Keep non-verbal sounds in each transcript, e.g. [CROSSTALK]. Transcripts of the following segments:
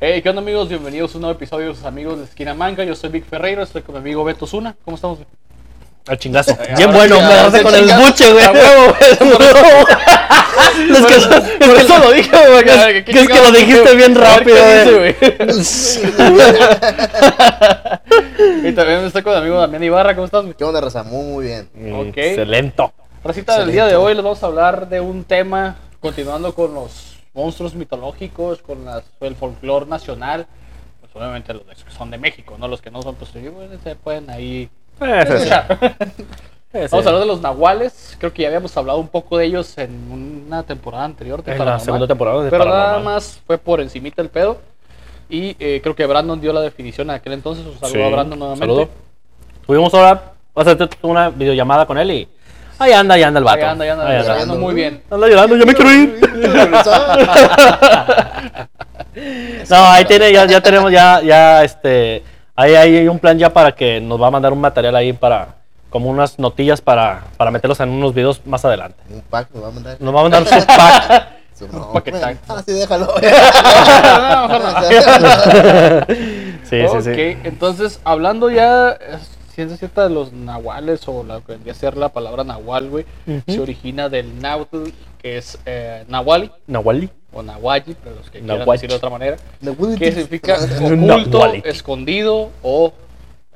Hey, ¿qué onda amigos? Bienvenidos a un nuevo episodio de sus amigos de Esquina Manga. Yo soy Vic Ferreiro, estoy con mi amigo Beto Zuna. ¿Cómo estamos? Al chingazo. Ay, Bien ahora bueno, sí, me ahora hace sí, con el chingazo. buche, güey. Ah, bueno. [LAUGHS] [LAUGHS] Es que eso- es que eso lo dije, güey. que Ay, ¿qué Es que es que chingados? lo dijiste bien A ver, rápido, ¿qué dice, güey. güey? [LAUGHS] Y también estoy con mi amigo Damián Ibarra. ¿Cómo estás? güey? ¿Qué onda, raza? Muy, muy [LAUGHS] bien. Ok. Excelente. Racita, el día de hoy les vamos a hablar de un tema, continuando con los monstruos mitológicos, con las- el folclore nacional. Pues obviamente los que son de México, ¿no? Los que no son, pues sí, bueno, se pueden ahí escuchar. Vamos a hablar de los nahuales. Creo que ya habíamos hablado un poco de ellos en una temporada anterior. de En la Paranormal. segunda temporada de Pero nada Paranormal. más fue por encimita el pedo. Y eh, creo que Brandon dio la definición en aquel entonces. Un saludo Sí, a Brandon nuevamente. saludo. Tuvimos ahora, o sea, tuve una videollamada con él y ahí anda, ahí anda el vato. Ahí anda, ahí anda, Ahí anda, anda. muy [LAUGHS] bien. [LAUGHS] Anda llorando, ya me quiero ir. No, ahí tiene, ya, ya tenemos, ya, ya, este, ahí, ahí hay un plan ya para que nos va a mandar un material ahí para, como unas notillas para, para meterlos en unos videos más adelante. Un pack nos va a mandar. Nos va a mandar [LAUGHS] su pack. Su- no, paquetazo. güey. Ah, sí, [LAUGHS] déjalo. [LAUGHS] [LAUGHS] Sí, ok, sí, sí. entonces hablando ya, eh, ciencia cierta de los nahuales o la que vendría a ser la palabra nahual, güey, se origina del náhuatl, que es eh, nahuali Nahuali. o nahuali, para los que quieran Nahuatl. decir de otra manera, No, pues, güey, que significa [LAUGHS] oculto, Nahuali. escondido o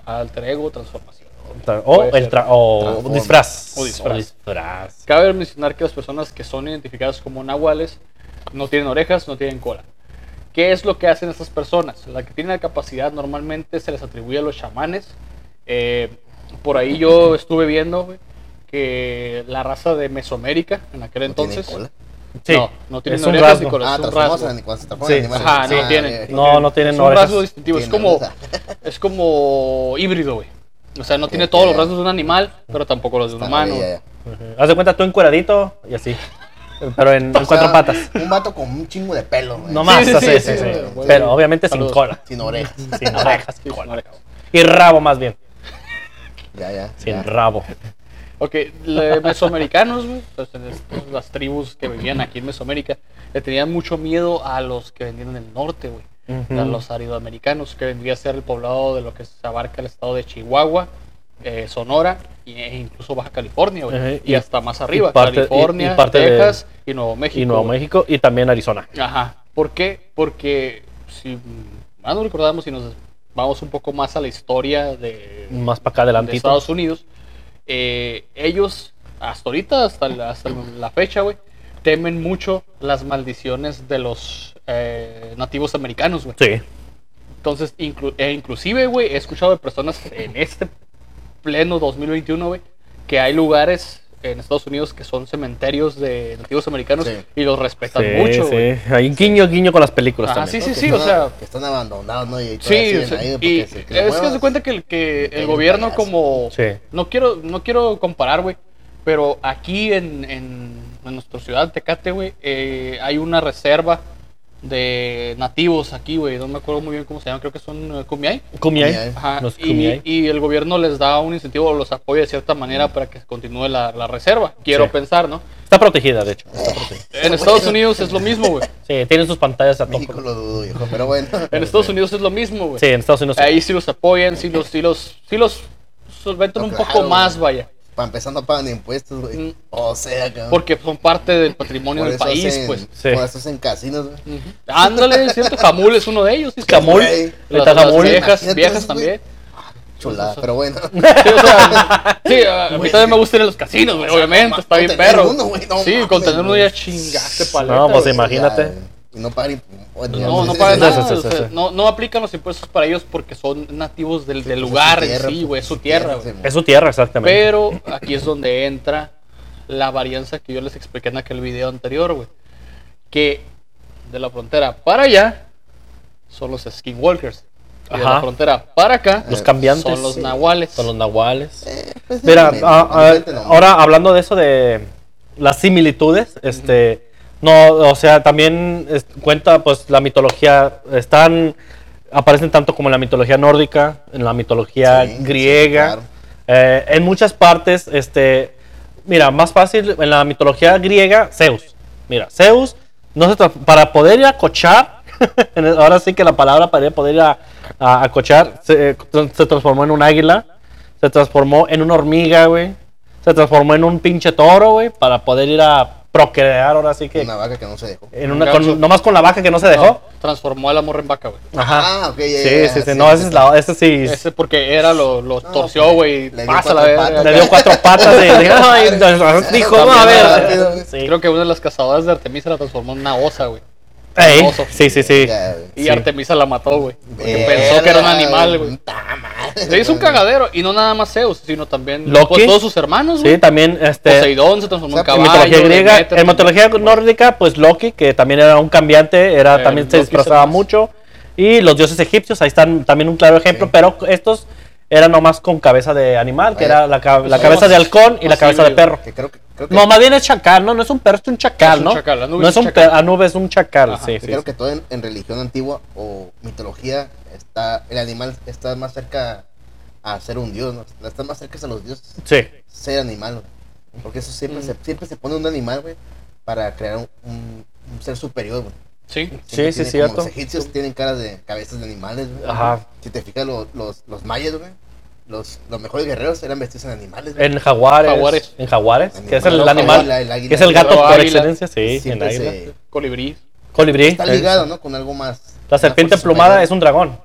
alter ego, transformación. O, Puede el tra- o Transforma. disfraz. O disfraz. disfraz. Cabe mencionar que las personas que son identificadas como nahuales no tienen orejas, no tienen cola. ¿Qué es lo que hacen estas personas? La que tienen la capacidad normalmente se les atribuye a los chamanes. Eh, por ahí yo estuve viendo güey, que la raza de Mesoamérica en aquel entonces ¿Tiene cola? Sí. no, no tienen es un orejas rasgo. ni cola, Ah, es un transformas rasgo. en- cuando Sí. se transforman en animales. Ajá, no Ah, tienen. ok, ok. No, no tienen Es un orejas. rasgo distintivo, es Tiene como, oreja. es como híbrido, güey. O sea, no tiene todos los rasgos de un animal, pero tampoco los de un Está humano. bien, Ah, ya, ya. Ujú. Haz de cuenta tú encueradito y así. Pero en, en O sea, cuatro patas. Ah, Un vato con un chingo de pelo, güey. No más, sí, así, sí, sí, sí, sí. güey. Pero obviamente Saludos. [LAUGHS] sin cola. Sin orejas. Sin [LAUGHS] orejas. Sí, son orejas. Y rabo más bien. Ya, ya. Sin ya. rabo. Ok, le- mesoamericanos, güey, pues, en estos- las tribus que vivían aquí en Mesoamérica, le tenían mucho miedo a los que vendían en el norte, güey. Ujú. A los aridoamericanos, que vendría a ser el poblado de lo que se abarca el estado de Chihuahua, eh, Sonora y- e incluso Baja California, güey. Ajá, y, y- hasta más arriba, y parte- y- California, y parte de- Texas y Nuevo México. Y Nuevo güey. México y también Arizona. Ajá. ¿Por qué? Porque si más nos recordamos y nos vamos un poco más a la historia de, Más para acá de adelantito. Estados Unidos, eh, ellos hasta ahorita, hasta la, hasta la fecha, güey, temen mucho las maldiciones de los eh, nativos americanos, güey. Sí. Entonces, inclu- e inclusive, güey, he escuchado de personas en este pleno 2021, güey, que hay lugares en Estados Unidos que son cementerios de nativos americanos Sí. y los respetan Sí, mucho, sí. güey. Hay un guiño, guiño con las películas Ajá, también. sí, sí, Que sí, están- o sea- que están abandonados, ¿no? Y Sí, todavía o siguen sea, ahí, porque y se- que lo es que se muevas. cuenta que el, que el Hay un gobierno payaso. como... Sí. No quiero, no quiero comparar, güey, pero aquí en, en, en nuestra ciudad, Tecate, güey, eh, hay una reserva de nativos aquí, güey, no me acuerdo muy bien cómo se llaman, creo que son eh, Kumiai. Kumiai. Kumiai. Ajá, Los y, Kumiai. y el gobierno les da un incentivo o los apoya de cierta manera para que continúe la, la reserva, quiero Sí. pensar, ¿no? Está protegida, de hecho. Está protegida. En Estados Unidos es lo mismo, güey. Sí, tienen sus pantallas a México toco. lo dudo, hijo, [LAUGHS] pero bueno. En Estados Unidos es lo mismo, güey. Sí, en Estados Unidos. sí. Ahí sí los apoyan, sí los, sí los, sí los solventan No, un claro, poco más, güey. vaya. Para empezar no pagan impuestos, güey. Mm. O sea, cabrón. Porque son parte del patrimonio Ah. Por del eso país, hacen- pues. Sí. Por eso hacen casinos, güey. Ujú. Ándale, cierto, Jamul es uno de ellos. sí, Jamul. sí. Las, Ahorita las Jamul. viejas, Imagínate, viejas güey. también. Chulada, pero bueno. Sí, o sea, sí, a a mí también me gustan los casinos, güey, obviamente, no, está no bien tener perro. uno, güey, no sí, mames, con tener uno güey. ya chingaste paleta. No, pues, güey. ima- imagínate. Ya, y no pues, pagan impuestos. no, no sí, pagan sí, "Ah, nada, sí, sí, o sea, sí. no, no aplican los impuestos para ellos porque son nativos del, del Pues, lugar es su en tierra, sí, pues, güey, es su tierra, güey. sí, Es su tierra, exactamente. Pero aquí es donde entra la varianza que yo les expliqué en aquel video anterior, güey. Que de la frontera para allá son los skinwalkers. Y de Ajá. la frontera para acá Los cambiantes. son los nahuales. Son los nahuales. Eh, pues, Mira, sí, a- a- realmente no. ahora hablando de eso de las similitudes, este, no, o sea, también es- cuenta pues la mitología, están, aparecen tanto como en la mitología nórdica, en la mitología Sí, sí, griega, claro. eh, en muchas partes, este, mira, más fácil, en la mitología griega, Zeus, mira, Zeus, no se tra- para poder ir a cochar, [LAUGHS] En el- Ahora sí que la palabra para poder ir a, a- a cochar se, eh, se transformó en un águila, se transformó en una hormiga, güey. Se transformó en un pinche toro, güey, para poder ir a procrear ahora sí que. Una vaca que no se dejó. En Un una, con- ganso. nomás con la vaca que no se dejó. transformó a la morra en vaca, güey. Ajá. Ah, ok, ya, sí, ya, sí, ya, sí, sí, No, ese es la, ese sí. Ese porque era, lo, lo No, torció, güey. le dio Pasa la cuatro verga. patas. Le dio cuatro patas y dije, "Ay, dijo, no, a ver. Sí. Creo que una de las cazadoras de Artemisa la transformó en una osa, güey. Ey, oso. sí, sí, sí. Ya, Y Sí. Artemisa la mató, güey. Porque Verga, pensó que era un animal, güey. puta madre, Se hizo un güey. cagadero. Y no nada más Zeus, sino también Loki. pues, todos sus hermanos, Sí, güey. también este Poseidón se transformó en O sea, en caballo. mitología griega, Demeter, en mitología nórdica, pues Loki, que también era un cambiante, era Eh, también se Loki disfrazaba se llama. mucho y los dioses egipcios, ahí están también un claro ejemplo, pero estos eran nomás con cabeza de animal, que Vaya. era la, ca- la Pues cabeza somos de halcón y la más cabeza de híbridos. perro. Que creo que, creo que, No, más bien es chacal, no, no es un perro, es un Es chacal, un ¿no? chacal, Anubis no es es un chacal. per- Anubis es un chacal, Ajá, sí, sí, sí. creo que todo en, en religión antigua o mitología está el animal está más cerca a ser un dios, ¿no? Está más cerca a los dioses Sí. ser animal, güey. Porque eso siempre, Mm. se, siempre se pone un animal, güey, para crear un, un- un ser superior, güey. Sí. Sí, Siempre sí, tiene- cierto. como Los egipcios tienen caras de cabezas de animales, güey. Ajá. Si te fijas, lo- los, los mayas, güey, los, los mejores guerreros eran vestidos en animales, güey. En jaguares, Jaguares. en jaguares, que es el, Animal, animal, águila, el águila. que es el gato Pero por águila. excelencia, sí, en Siempre águila. se- Colibrí. Colibrí. Está sí. ligado, ¿no? Con algo más. La serpiente plumada es un dragón.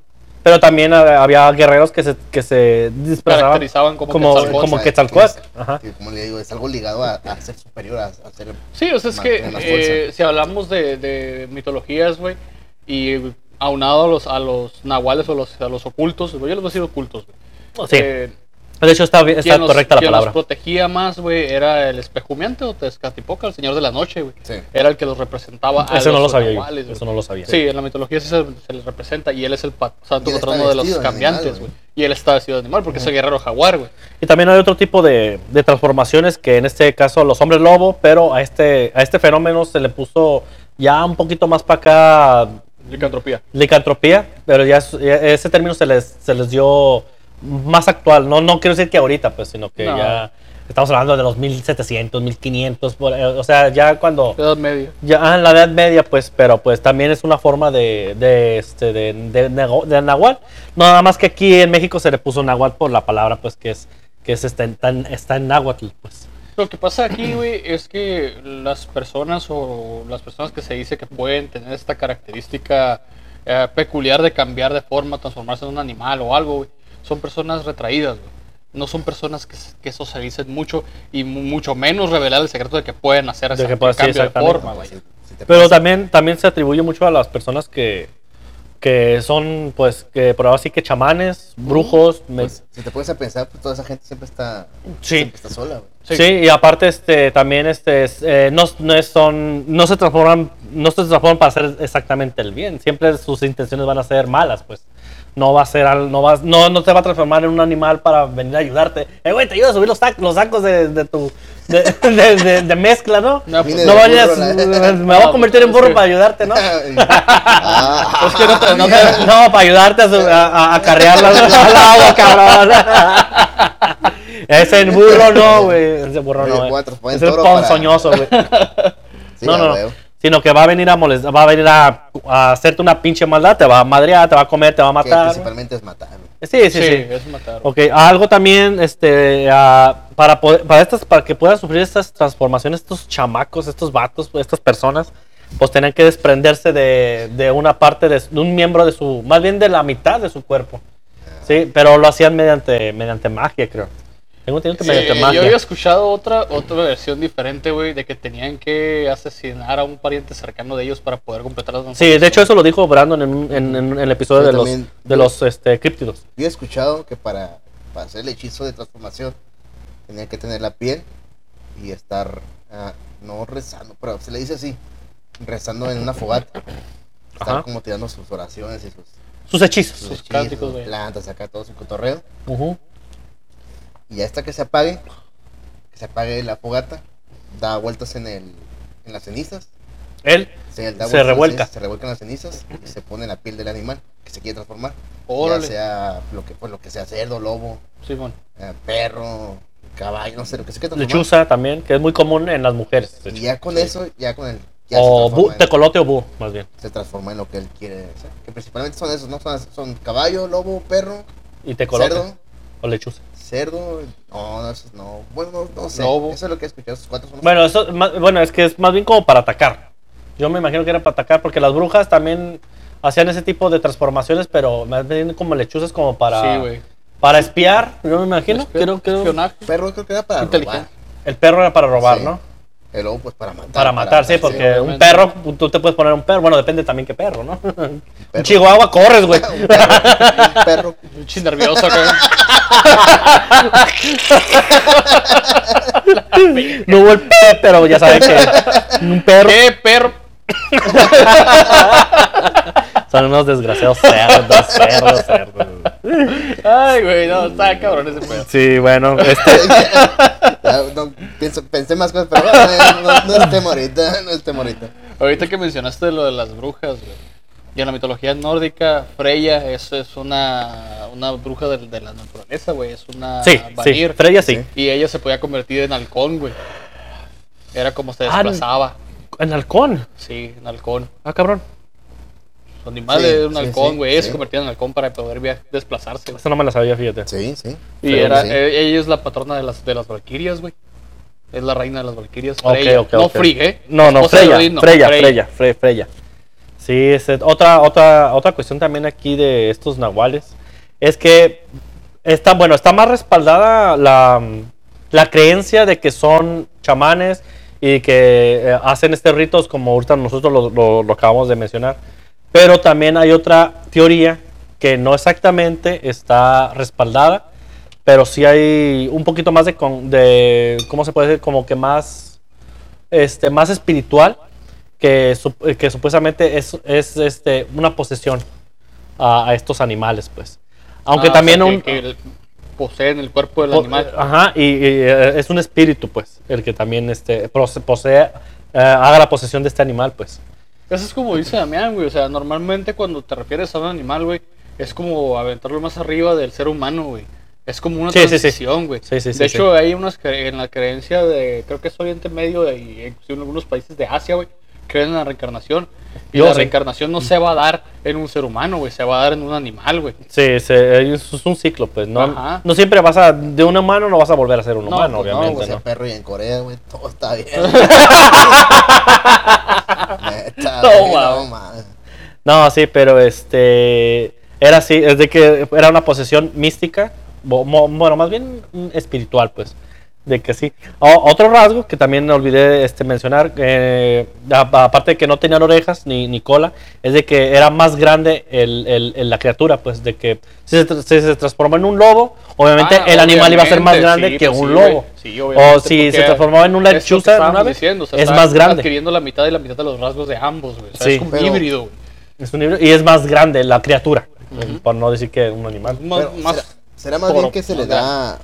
Pero también ah, había guerreros que se, que se disfrazaban Caracterizaban como Quetzalcóatl. como Quetzalcóatl. Ajá. Como le digo, es algo ligado a, a ser superior, a, a ser. Sí, o sea, es Más- que en la eh, fuerza. si hablamos de, de mitologías, güey, y aunado a los, a los nahuales o los, a los ocultos, güey, yo les voy a decir ocultos, güey. Oh, Sí. Eh, De hecho, está, bien- está ¿quién nos- correcta la quién palabra. nos protegía más, güey, era el espejumeante o Tezcatlipoca, el señor de la noche, güey. Sí. Eh, Era el que los representaba a Eso no lo los sabía nahuales, yo. güey. Eso no lo sabía. Sí, en la mitología sí se, se les representa y él es el pat- santo Y él está patrono de los vestido de animal, cambiantes, güey. güey. Y él está vestido de animal porque es el guerrero jaguar, güey. Y también hay otro tipo de, de transformaciones que en este caso los hombres lobo, pero a este, a este fenómeno se le puso ya un poquito más para acá Licantropía. licantropía, pero ya, es- ya ese término se les, se les dio más actual. No, no quiero decir que ahorita, pues, sino que No. ya estamos hablando de los 1700, 1500, por- eh, o sea, ya cuando... Edad media. Ya ah, en la Edad Media, pues, pero pues también es una forma de, de, este, de, de, nego- de nahuatl. No, nada más que aquí en México se le puso nahuatl por la palabra, pues, que es, que es está, en, tan- está en náhuatl, pues. Lo que pasa aquí, güey, es que las personas o las personas que se dice que pueden tener esta característica eh, peculiar de cambiar de forma, transformarse en un animal o algo, güey, son personas retraídas, güey. No son personas que, s- que socialicen mucho y mu- mucho menos revelar el secreto de que pueden hacer De ese que puede- sí, cambio de exactamente. forma, güey. Si- si te pues, Pero fijas, también, también se atribuye mucho a las personas que, que son, pues, que por ahora sí que chamanes, brujos. me- pues, si te pones a pensar, pues toda esa gente siempre está, sí. siempre está sola, güey. Sí. y aparte este también este es, eh, no, no es- son no se transforman no se transforman para hacer exactamente el bien, siempre sus intenciones van a ser malas, pues. No va a ser al- no vas no no te va a transformar en un animal para venir a ayudarte. Eh güey, te ayuda a subir los, sac- los sacos de, de tu de, [LAUGHS] de- de- de mezcla, ¿no? No, pues, Mire, No de vayas, burro, la- me voy a convertir en burro para ayudarte, [LAUGHS] ¿no? Ah, Es que no te- no [LAUGHS] te- mira. No, para ayudarte a, su- a- a- a carrear la, la agua, cabrón. Ese burro no, güey. Ese burro Oye, no, güey. voy a transformar en Ese es toro para- ponzoñoso, güey. [LAUGHS] [LAUGHS] Sí, no, la no, no. huevo. Sino que va a venir a molestar, va a venir a, a hacerte una pinche maldad, te va a madrear, te va a comer, te va a Que matar. principalmente es matar. güey. Sí, sí, Sí, sí. es matar. güey. Ok, algo también, este, ah, para, poder- para, estas, para que puedan sufrir estas transformaciones, estos chamacos, estos vatos, estas personas, pues tenían que desprenderse de, de una parte, de, su- de un miembro de su, más bien de la mitad de su cuerpo. Sí, pero lo hacían mediante, mediante magia, creo. Tengo entendido que Sí, mediante yo magia. había escuchado otra otra versión diferente, güey, de que tenían que asesinar a un pariente cercano de ellos para poder completar las Sí, de hecho eso lo dijo Brandon en, un- en- en- en el episodio Yo de los, también- de los este, críptidos. Yo he escuchado que para, para hacer el hechizo de transformación tenía que tener la piel y estar, ah, no rezando, pero se le dice así, rezando en una fogata. Estar Ajá. como tirando sus oraciones y sus, Sus hechizos. sus, hechizos, cánticos, güey. plantas, acá todo su cotorreo. Ujú. Y hasta que se apague, que se apague la fogata, da vueltas en, el, en las cenizas. Él, Se, da Se vueltas revuelca. en las cenizas, Se revuelcan las cenizas y se pone la piel del animal que se quiere transformar. Órale. Ya sea lo que, pues, lo que sea cerdo, lobo, Simón. eh, perro, caballo, no sé, lo que sea que transformar. lechuza también, que es muy común en las mujeres. de hecho. Y ya con eso, ya con el ya se o transforma bu, en- tecolote o búho, más bien. se transforma en lo que él quiere ser. Que principalmente son esos, ¿no? Son, son caballo, lobo, perro, Y tecolote. cerdo. O lechuza. Cerdo, no, no, esos no. Bueno, no, no sé. Lobo. Eso es lo que he escuchado. Esos cuatro son los- Bueno, eso, ma- bueno, es que es más bien como para atacar. Yo me imagino que era para atacar porque las brujas también hacían ese tipo de transformaciones, pero más bien como lechuzas como para Sí, güey. para espiar, yo me imagino. Espe- Creo- creo- espionaje. Perro creo que era para robar. Inteligente. el perro era para robar, Sí. ¿no? El lobo, pues para matar. Para matar, sí, porque un obviamente. perro, tú te puedes poner un perro, bueno, depende también qué perro, ¿no? perro. [LAUGHS] Un chihuahua corres, güey. [LAUGHS] [LAUGHS] un perro, un perro. Un chin nervioso, güey. [LAUGHS] No hubo el pe- pero ya saben que un [LAUGHS] perro ¿Qué perro? son unos desgraciados cerdos, cerdos, cerdos. Ay, güey, no, está cabrón ese pedo. Sí, bueno, este, Ah, [LAUGHS] no, pienso- pensé más cosas, pero bueno, eh, no, no, no es tema ahorita, no es tema ahorita. Ahorita que mencionaste lo de las brujas, güey. Y en la mitología nórdica, Freya es, es una, una bruja de, de la naturaleza, güey. Es una sí, sí, Vanir. Freya sí. Sí. Y ella se podía convertir en halcón, güey. Era como se Ah, desplazaba. En halcón. Sí, en halcón. Ah, cabrón. Su animal Sí, era un sí, halcón, sí, güey. Ella sí. se convertía en halcón para poder via- desplazarse. güey. Esta no me la sabía, fíjate. Sí, sí. Y Creo era, que sí. e- ella es la patrona de las, de las valquirias, güey. Es la reina de las valquirias. Ok, Freya. ok, no ok. Frigg, ¿eh? No, no, Esposa de Freya, Odín, no, Freya, Freya, Fre- Freya. Sí, es, eh, otra, otra, otra cuestión también aquí de estos nahuales es que está, bueno, está más respaldada la, mm, la creencia de que son chamanes y que eh, hacen estos ritos como ahorita nosotros lo, lo- lo acabamos de mencionar. Pero también hay otra teoría que no exactamente está respaldada, pero sí hay un poquito más de, con- de ¿cómo se puede decir? Como que más este, más espiritual que, sup- que supuestamente es, es, este, una posesión a, a estos animales, pues. Aunque Ah, o también sea, un... que- que poseen el cuerpo del po- animal. Ajá, y, y, eh, es un espíritu, pues, el que también este, pose- posee, eh, haga la posesión de este animal, pues. Eso es como dice Damián, güey. O sea, normalmente cuando te refieres a un animal, güey, es como aventarlo más arriba del ser humano, güey. Es como una Sí, sí, sí. transición, güey. Sí, sí, sí, de hecho, hay unas cre- en la creencia de, creo que es Oriente Medio y inclusive en algunos países de Asia, güey, creen en la reencarnación. Y Yo la sí. reencarnación no se va a dar en un ser humano, güey, se va a dar en un animal, güey. Sí, se- eh, es es un ciclo, pues. No, Ajá. no siempre vas a... De un humano no vas a volver a ser un No, humano, pues no, obviamente, O güey, ¿no? sea, perro y en Corea, güey, todo [LAUGHS] está bien. Neta, No, güey, no, mames. mames. No, sí, pero este era así, es de que era una posesión mística, bo- mo- bueno, más bien mm, espiritual, pues, de que sí. O- otro rasgo que también olvidé este, mencionar, eh, a- aparte de que no tenían orejas ni, ni cola, es de que era más grande el, el- el- la criatura, pues, de que si se, tra- si se transformó en un lobo, obviamente Ah, el animal iba a ser más obviamente, grande sí, que pues un sí, lobo. güey. Sí, obviamente, o si se porque transformaba en una es lo que lechuza, en una estábamos vez, diciendo, o sea, es está más grande. Adquiriendo la mitad y la mitad de los rasgos de ambos, güey. O sea, Sí. es como un Pero- híbrido, güey. Es un libro y es más grande la criatura, por no decir que un animal. Más- Pero, más- ¿será, será más por- bien que se le más grande. da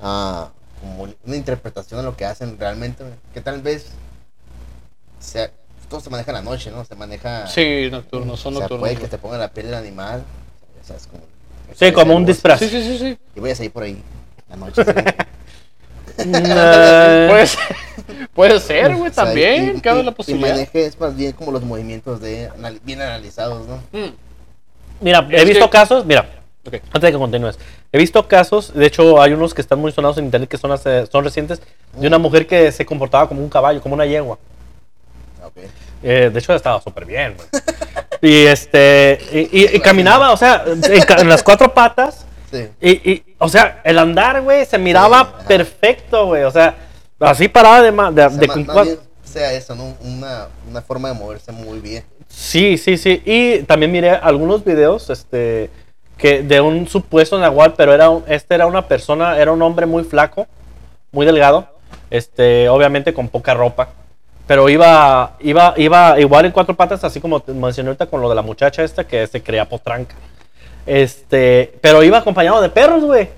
ah, como una interpretación a lo que hacen realmente, güey? que tal vez sea, todo se maneja en la noche, ¿no? Se maneja Sí, nocturno, son o sea, nocturnos. puede que güey. te pongan la piel del animal, o sea, es como Sí, como un disfraz disfraz. Sí, sí, sí, sí. Y voy a seguir por ahí la noche. [LAUGHS] así, Mm, Nah. Puede ser, [LAUGHS] puede ser, güey, [LAUGHS] o sea, también. y- cabe y- la Y posibilidad. maneje es más bien como los movimientos de anal- bien analizados, ¿no? Mm, Mira, he Es visto que- casos, mira, ok. antes de que continúes, he visto casos, de hecho hay unos que están muy sonados en internet que son, hace- son recientes, de una mujer que se comportaba como un caballo, como una yegua. Okay. Eh, de hecho estaba súper bien, güey. Y este, y, y- y caminaba, o sea, en, ca- en las cuatro patas, Sí. y, y, o sea, el andar, güey, se miraba Sí, ajá. perfecto, güey, o sea, así parada de, ma- de, Ah, O sea, de más- con más cua- bien sea eso, ¿no? Una, una forma de moverse muy bien. Sí, sí, sí. Y también miré algunos videos, este, que de un supuesto nahual, pero era un- este era una persona, era un hombre muy flaco, muy delgado, este, obviamente con poca ropa, pero iba, iba, iba igual en cuatro patas, así como te mencioné ahorita con lo de la muchacha esta que se creía potranca, este, pero iba acompañado de perros, güey.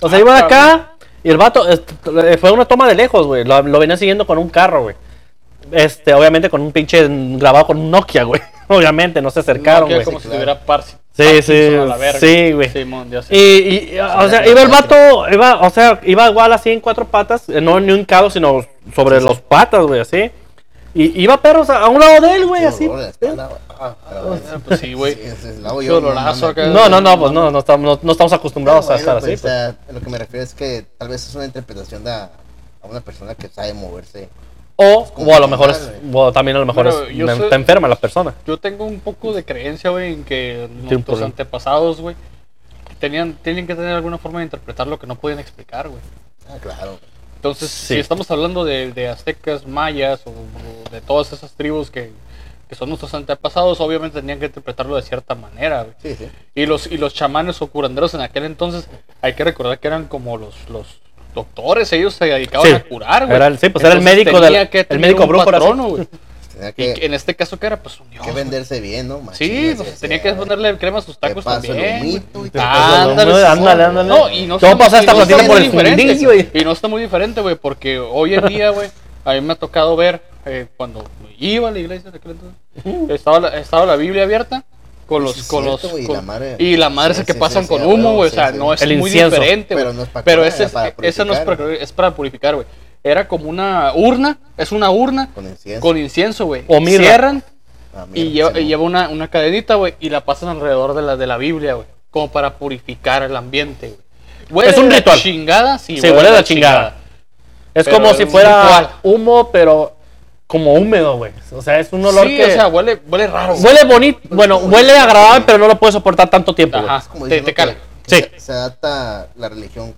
O sea, Ah, iba cabrón. acá y el vato este, fue una toma de lejos, güey. Lo, lo venía siguiendo con un carro, güey. Este, obviamente con un pinche grabado con un Nokia, güey. [LAUGHS] Obviamente, no se acercaron, No, que güey. como Sí, si claro. tuviera Parsi. Sí, sí, Parkinson a la verga. sí, güey. Simón, ya sé. Y, y, o sea, iba el vato, iba, o sea, iba igual así en cuatro patas, eh, no ni un cado, sino sobre los patas, güey, así. Y iba perros a, a un lado de él, güey, así. Dolor en la espalda, güey. Ah, pero bueno, Pues sí, güey. sí, es- es la voy Mucho yo, no dolorazo mames. acá. No, no, no, pues no, no estamos, no, no estamos acostumbrados Bueno, a estar así. pues, pues. o sea, lo que me refiero es que tal vez es una interpretación de a, a una persona que sabe moverse. O, o a lo complicado, mejor es, o también a lo mejor Pero es, yo me- sé- está enferma la persona. Yo tengo un poco de creencia, güey, en que Tiene un nuestros problema. antepasados, güey, tenían, tienen que tener alguna forma de interpretar lo que no pueden explicar, güey. Ah, claro. Entonces, Sí. si estamos hablando de, de aztecas, mayas o, o de todas esas tribus que, que son nuestros antepasados, obviamente tenían que interpretarlo de cierta manera, güey. Sí, sí. Y los, y los chamanes o curanderos en aquel entonces, hay que recordar que eran como los, los doctores, ellos se dedicaban Sí. a curar, güey. Era el- sí, pues era el Entonces médico tenía del- que el tener médico un brujo era así. patrono, güey. Pues, Tenía Y que, que en este caso, ¿qué era? Pues un dios. que güey. venderse bien, ¿no? Sí, pues, tenía que ponerle crema a sus tacos paso el también. güey. humito y te paso el Ah, Ándale, humito, Simón. ándale, ándale. No, y no Todo está- pasa y esta no cocina está por muy el diferente, fundillo, güey. Y no está muy diferente, güey, porque hoy en día, güey, a mí me ha tocado ver eh, cuando iba a la iglesia, de aquel entonces, estaba la, estaba la Biblia abierta con los, Sí, es con los, cierto, güey, con- la madre- y la madre esa sí, que sí, pasan sí, con sí, humo, huevo, güey, o sí, sea, sí. no es El muy incienso. diferente, güey. Pero no es para Pero curar, ese es para es- ese no es purificar, para, es para purificar, güey. Era como una urna, es una urna Con incienso. con incienso, güey. O mirra. Cierran Ah, mira, y lleva, Simón. y lleva una, una cadenita, güey, y la pasan alrededor de la, de la Biblia, güey. Como para purificar el ambiente, güey. Huele Es un de la ritual. chingada, sí. Sí, huele de la chingada. Es Pero como es si un fuera ritual. humo, pero como húmedo, güey. O sea, es un olor sí, que o sea, huele, huele raro. güey. huele bonito, bueno, huele agradable, pero no lo puedes soportar tanto tiempo. güey. Ajá, Es como te, dicen, te ¿no? cala. que- que Sí. Se, se adapta la religión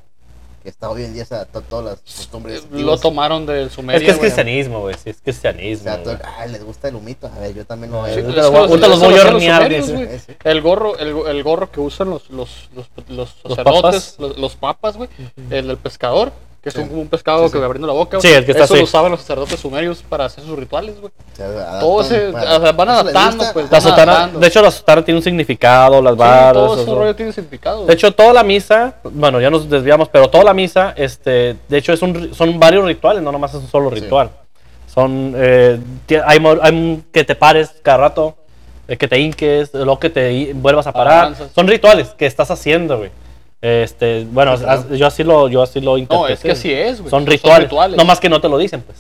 que está hoy en día, se adapta a todas las costumbres. Lo antiguas. tomaron de Sumeria, Es que es güey. cristianismo, güey. Sí, es O cristianismo. sea, todo- güey. ah, les gusta el humito. A ver, yo también lo Sí, voy a Sí, Ahorita pues, los eso voy- lo- ahorita los eso voy lo a hacían los hornear, sumerios, dice. güey. Ese. El gorro, el, go- el gorro que usan los, los, los, los Los sacerdotes, papas. los, los papas, güey. El del pescador, que es Sí. un- como un pescado Sí, sí. que va abriendo la boca. Sí, güey. el que está Eso así. lo usaban los sacerdotes sumerios para hacer sus rituales, güey. Se adaptan Todo se- para- o sea, van eso les adaptando, gusta. pues, La Ajá, sotana, dando. de hecho, la sotana tiene un significado, las Sí, barras. todo ese eso. rollo tiene significado. De hecho, toda la misa, bueno, ya nos desviamos, pero toda la misa, este, de hecho, es un, ri- son varios rituales, no nomás es un solo Sí. ritual. Son, eh, ti- hay, mo- hay un- que te pares cada rato, eh, que te hinques, luego que te hi- vuelvas a parar. Avanzas. Son rituales que estás haciendo, güey. Este, bueno, Sí, claro. as- yo así lo, yo así lo No, interpreté, es que así es, güey. Son rituales, rituales. no más que no te lo dicen, pues.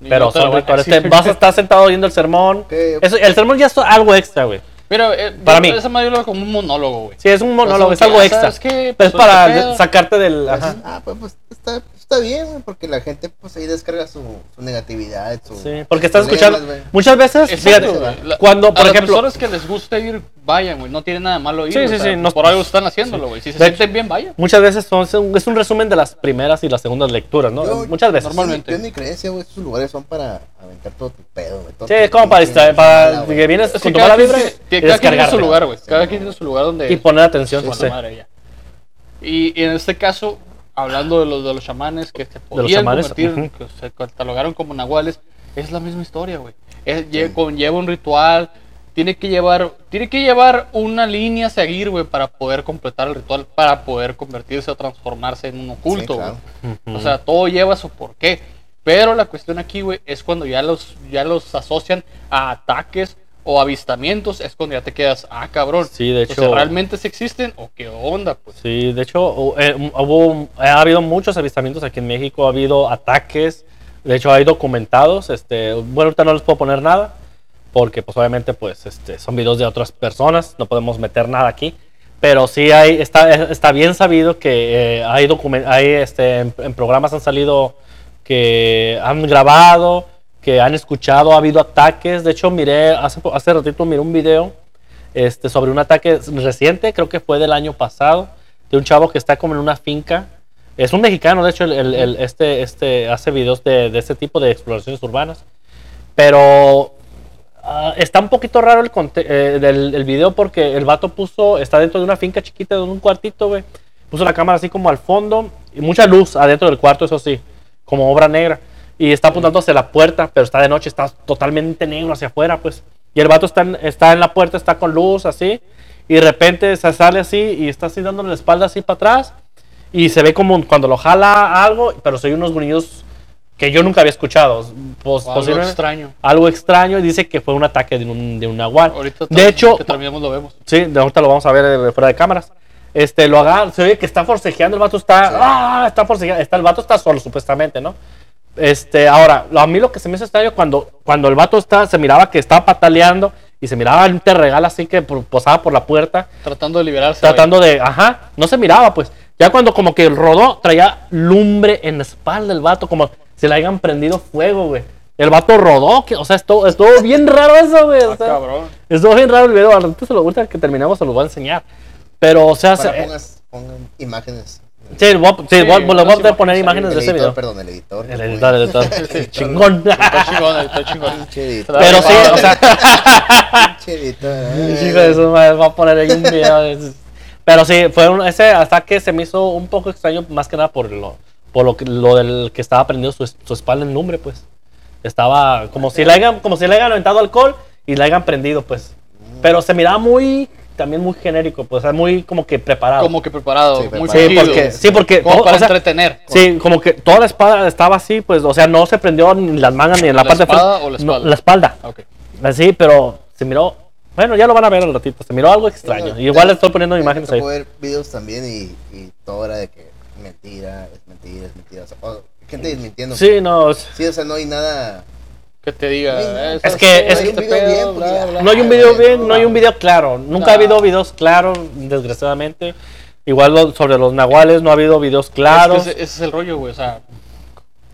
Ni Pero no te lo son van a rituales. decir. Te vas a [LAUGHS] estar sentado oyendo el sermón. Que- Eso- el sermón ya es algo extra, güey. Mira, eh, Para yo- mí. Esa madre lo veo como un monólogo, güey. Sí, es un monólogo, Pues, es algo aunque, extra. ¿sabes qué? Pero Pues, es para ¿qué pedo? sacarte del. Pues, Ajá. ah, pues, pues, está, está bien, güey, porque la gente pues ahí descarga su, su negatividad. Su, Sí, porque estás sus escuchando. lemas, güey. Muchas veces, Exacto, fíjate, güey. La- cuando, por a ejemplo. las personas que les gusta ir, vayan, güey. No tiene nada de malo ir. Sí, o sí, sea, sí, no- por algo están haciéndolo, güey. Si se De sienten bien, vayan. Muchas veces son, es un resumen de las primeras y las segundas lecturas, ¿no? Yo- muchas veces. normal. Normalmente. Normalmente. Yo en mi creencia, güey, esos lugares son para aventar todo tu pedo, güey. todo Sí, tu es como para pinche distraer, para mala, güey. que vienes Es con que tu mala cada quien vibra tiene- y cada quien tiene descargarte. su lugar, güey. Sí, Cada no. quien tiene su lugar donde. Y poner atención, Su sí. madre, ya. Y, y en este caso, hablando de los, de los chamanes que se los podían chamanes, convertir, ujú. que se catalogaron como nahuales, es la misma historia, güey. Es- lle- Conlleva un ritual, tiene que llevar tiene que llevar una línea a seguir, güey, para poder completar el ritual, para poder convertirse o transformarse en un oculto, Sí, güey. claro. Ujú. O sea, todo lleva su porqué. Pero la cuestión aquí, güey, es cuando ya los, ya los asocian a ataques o avistamientos, es cuando ya te quedas, ah, cabrón. Sí, de O sea, hecho- ¿realmente sí existen o qué onda, pues? Sí, de hecho, hu- eh, hubo, ha habido muchos avistamientos aquí en México, ha habido ataques, de hecho hay documentados, este, bueno, ahorita no les puedo poner nada, porque pues obviamente pues este, son videos de otras personas, no podemos meter nada aquí, pero sí hay, está, está bien sabido que eh, hay, documen- hay este, en, en programas han salido que han grabado, que han escuchado, ha habido ataques, de hecho miré, hace, po- hace ratito miré un video este, sobre un ataque reciente, creo que fue del año pasado, de un chavo que está como en una finca. Es un mexicano, de hecho, el, el- el- este, este hace videos de, de este tipo de exploraciones urbanas. Pero ah, está un poquito raro el, conte- eh, del, el video porque el vato puso, está dentro de una finca chiquita, de un cuartito, güey. Puso la cámara así como al fondo y mucha luz adentro del cuarto, eso sí, como obra negra. Y está apuntando hacia la puerta, pero está de noche, está totalmente negro hacia afuera, pues. Y el vato está en, está en la puerta, está con luz, así. Y de repente se sale así y está así dándole la espalda así para atrás. Y se ve como cuando lo jala algo, pero se oye unos gruñidos que yo nunca había escuchado. Pos- O algo posiblemente- extraño. algo extraño y dice que fue un ataque de un, de un nahual. Ahorita de hecho, que terminamos lo vemos. sí, de ahorita lo vamos a ver eh, fuera de cámaras. Este, lo haga, se oye que está forcejeando, el vato está, Sí. ah, está forcejeando, está, el vato está solo supuestamente, ¿no? Este, ahora, lo- a mí lo que se me hizo extraño cuando, cuando el vato está, se miraba que estaba pataleando y se miraba un terregal así que por- posaba por la puerta, Tratando de liberarse. tratando de, ajá, no se miraba pues. Ya cuando como que rodó, traía lumbre en la espalda el vato, como si le hayan prendido fuego, güey. El vato rodó, que, o sea, estuvo, estuvo bien raro eso, güey. güey. o Ah, sea, cabrón. estuvo bien raro el video, al rato se lo ahorita que terminamos se los voy a enseñar. Pero, o sea, eh, Para se- pongas- pongan imágenes. sí, voy a- sí, Sí, voy a- les voy a unas imágenes poner ahí. imágenes El de ese editor, video. perdón, el editor. El no editor, el pude. editor. editor. Chingón. Está chingón, está chingón. Pinche editor. [LAUGHS] Pero sí, o sea, Pinche [LAUGHS] editor. Eh. hijo de su madre, voy a poner ahí un video. de esos. Pero sí, fue un- ese ataque se me hizo un poco extraño, más que nada por lo, por lo, que- lo del que estaba prendido su, es- su espalda en lumbre, pues. Estaba como si le hayan, como si le hayan aventado alcohol y le hayan prendido, pues. Pero se miraba muy, también muy genérico, pues, o sea, muy como que preparado. Como que preparado. Sí, muy preparado. sí, seguido. porque, sí, porque Como o- o para sea, entretener. Sí, como que toda la espada estaba así, pues, o sea, no se prendió ni en las mangas ni en la, ¿La parte espada de o la no, espalda? la espalda. Ah, ok. Así, pero se miró. Bueno, ya lo van a ver al ratito. Se miró algo extraño. Igual le estoy poniendo imágenes ahí. Puedo ver videos también y, y todo era de que mentira, es mentira, es mentira. O sea, o- gente desmintiendo. Sí, no. es- Sí, o sea, no hay nada. Que te diga. No hay- eh, Es ¿sabes que- qué? es Hay que- un video bien, pues, bla, ya. bla. No hay un video bien, no hay un video claro. Nunca ha No. habido videos claros, desgraciadamente. Igual lo- sobre los nahuales no ha habido videos Es claros. que ese, ese es el rollo, güey. O sea,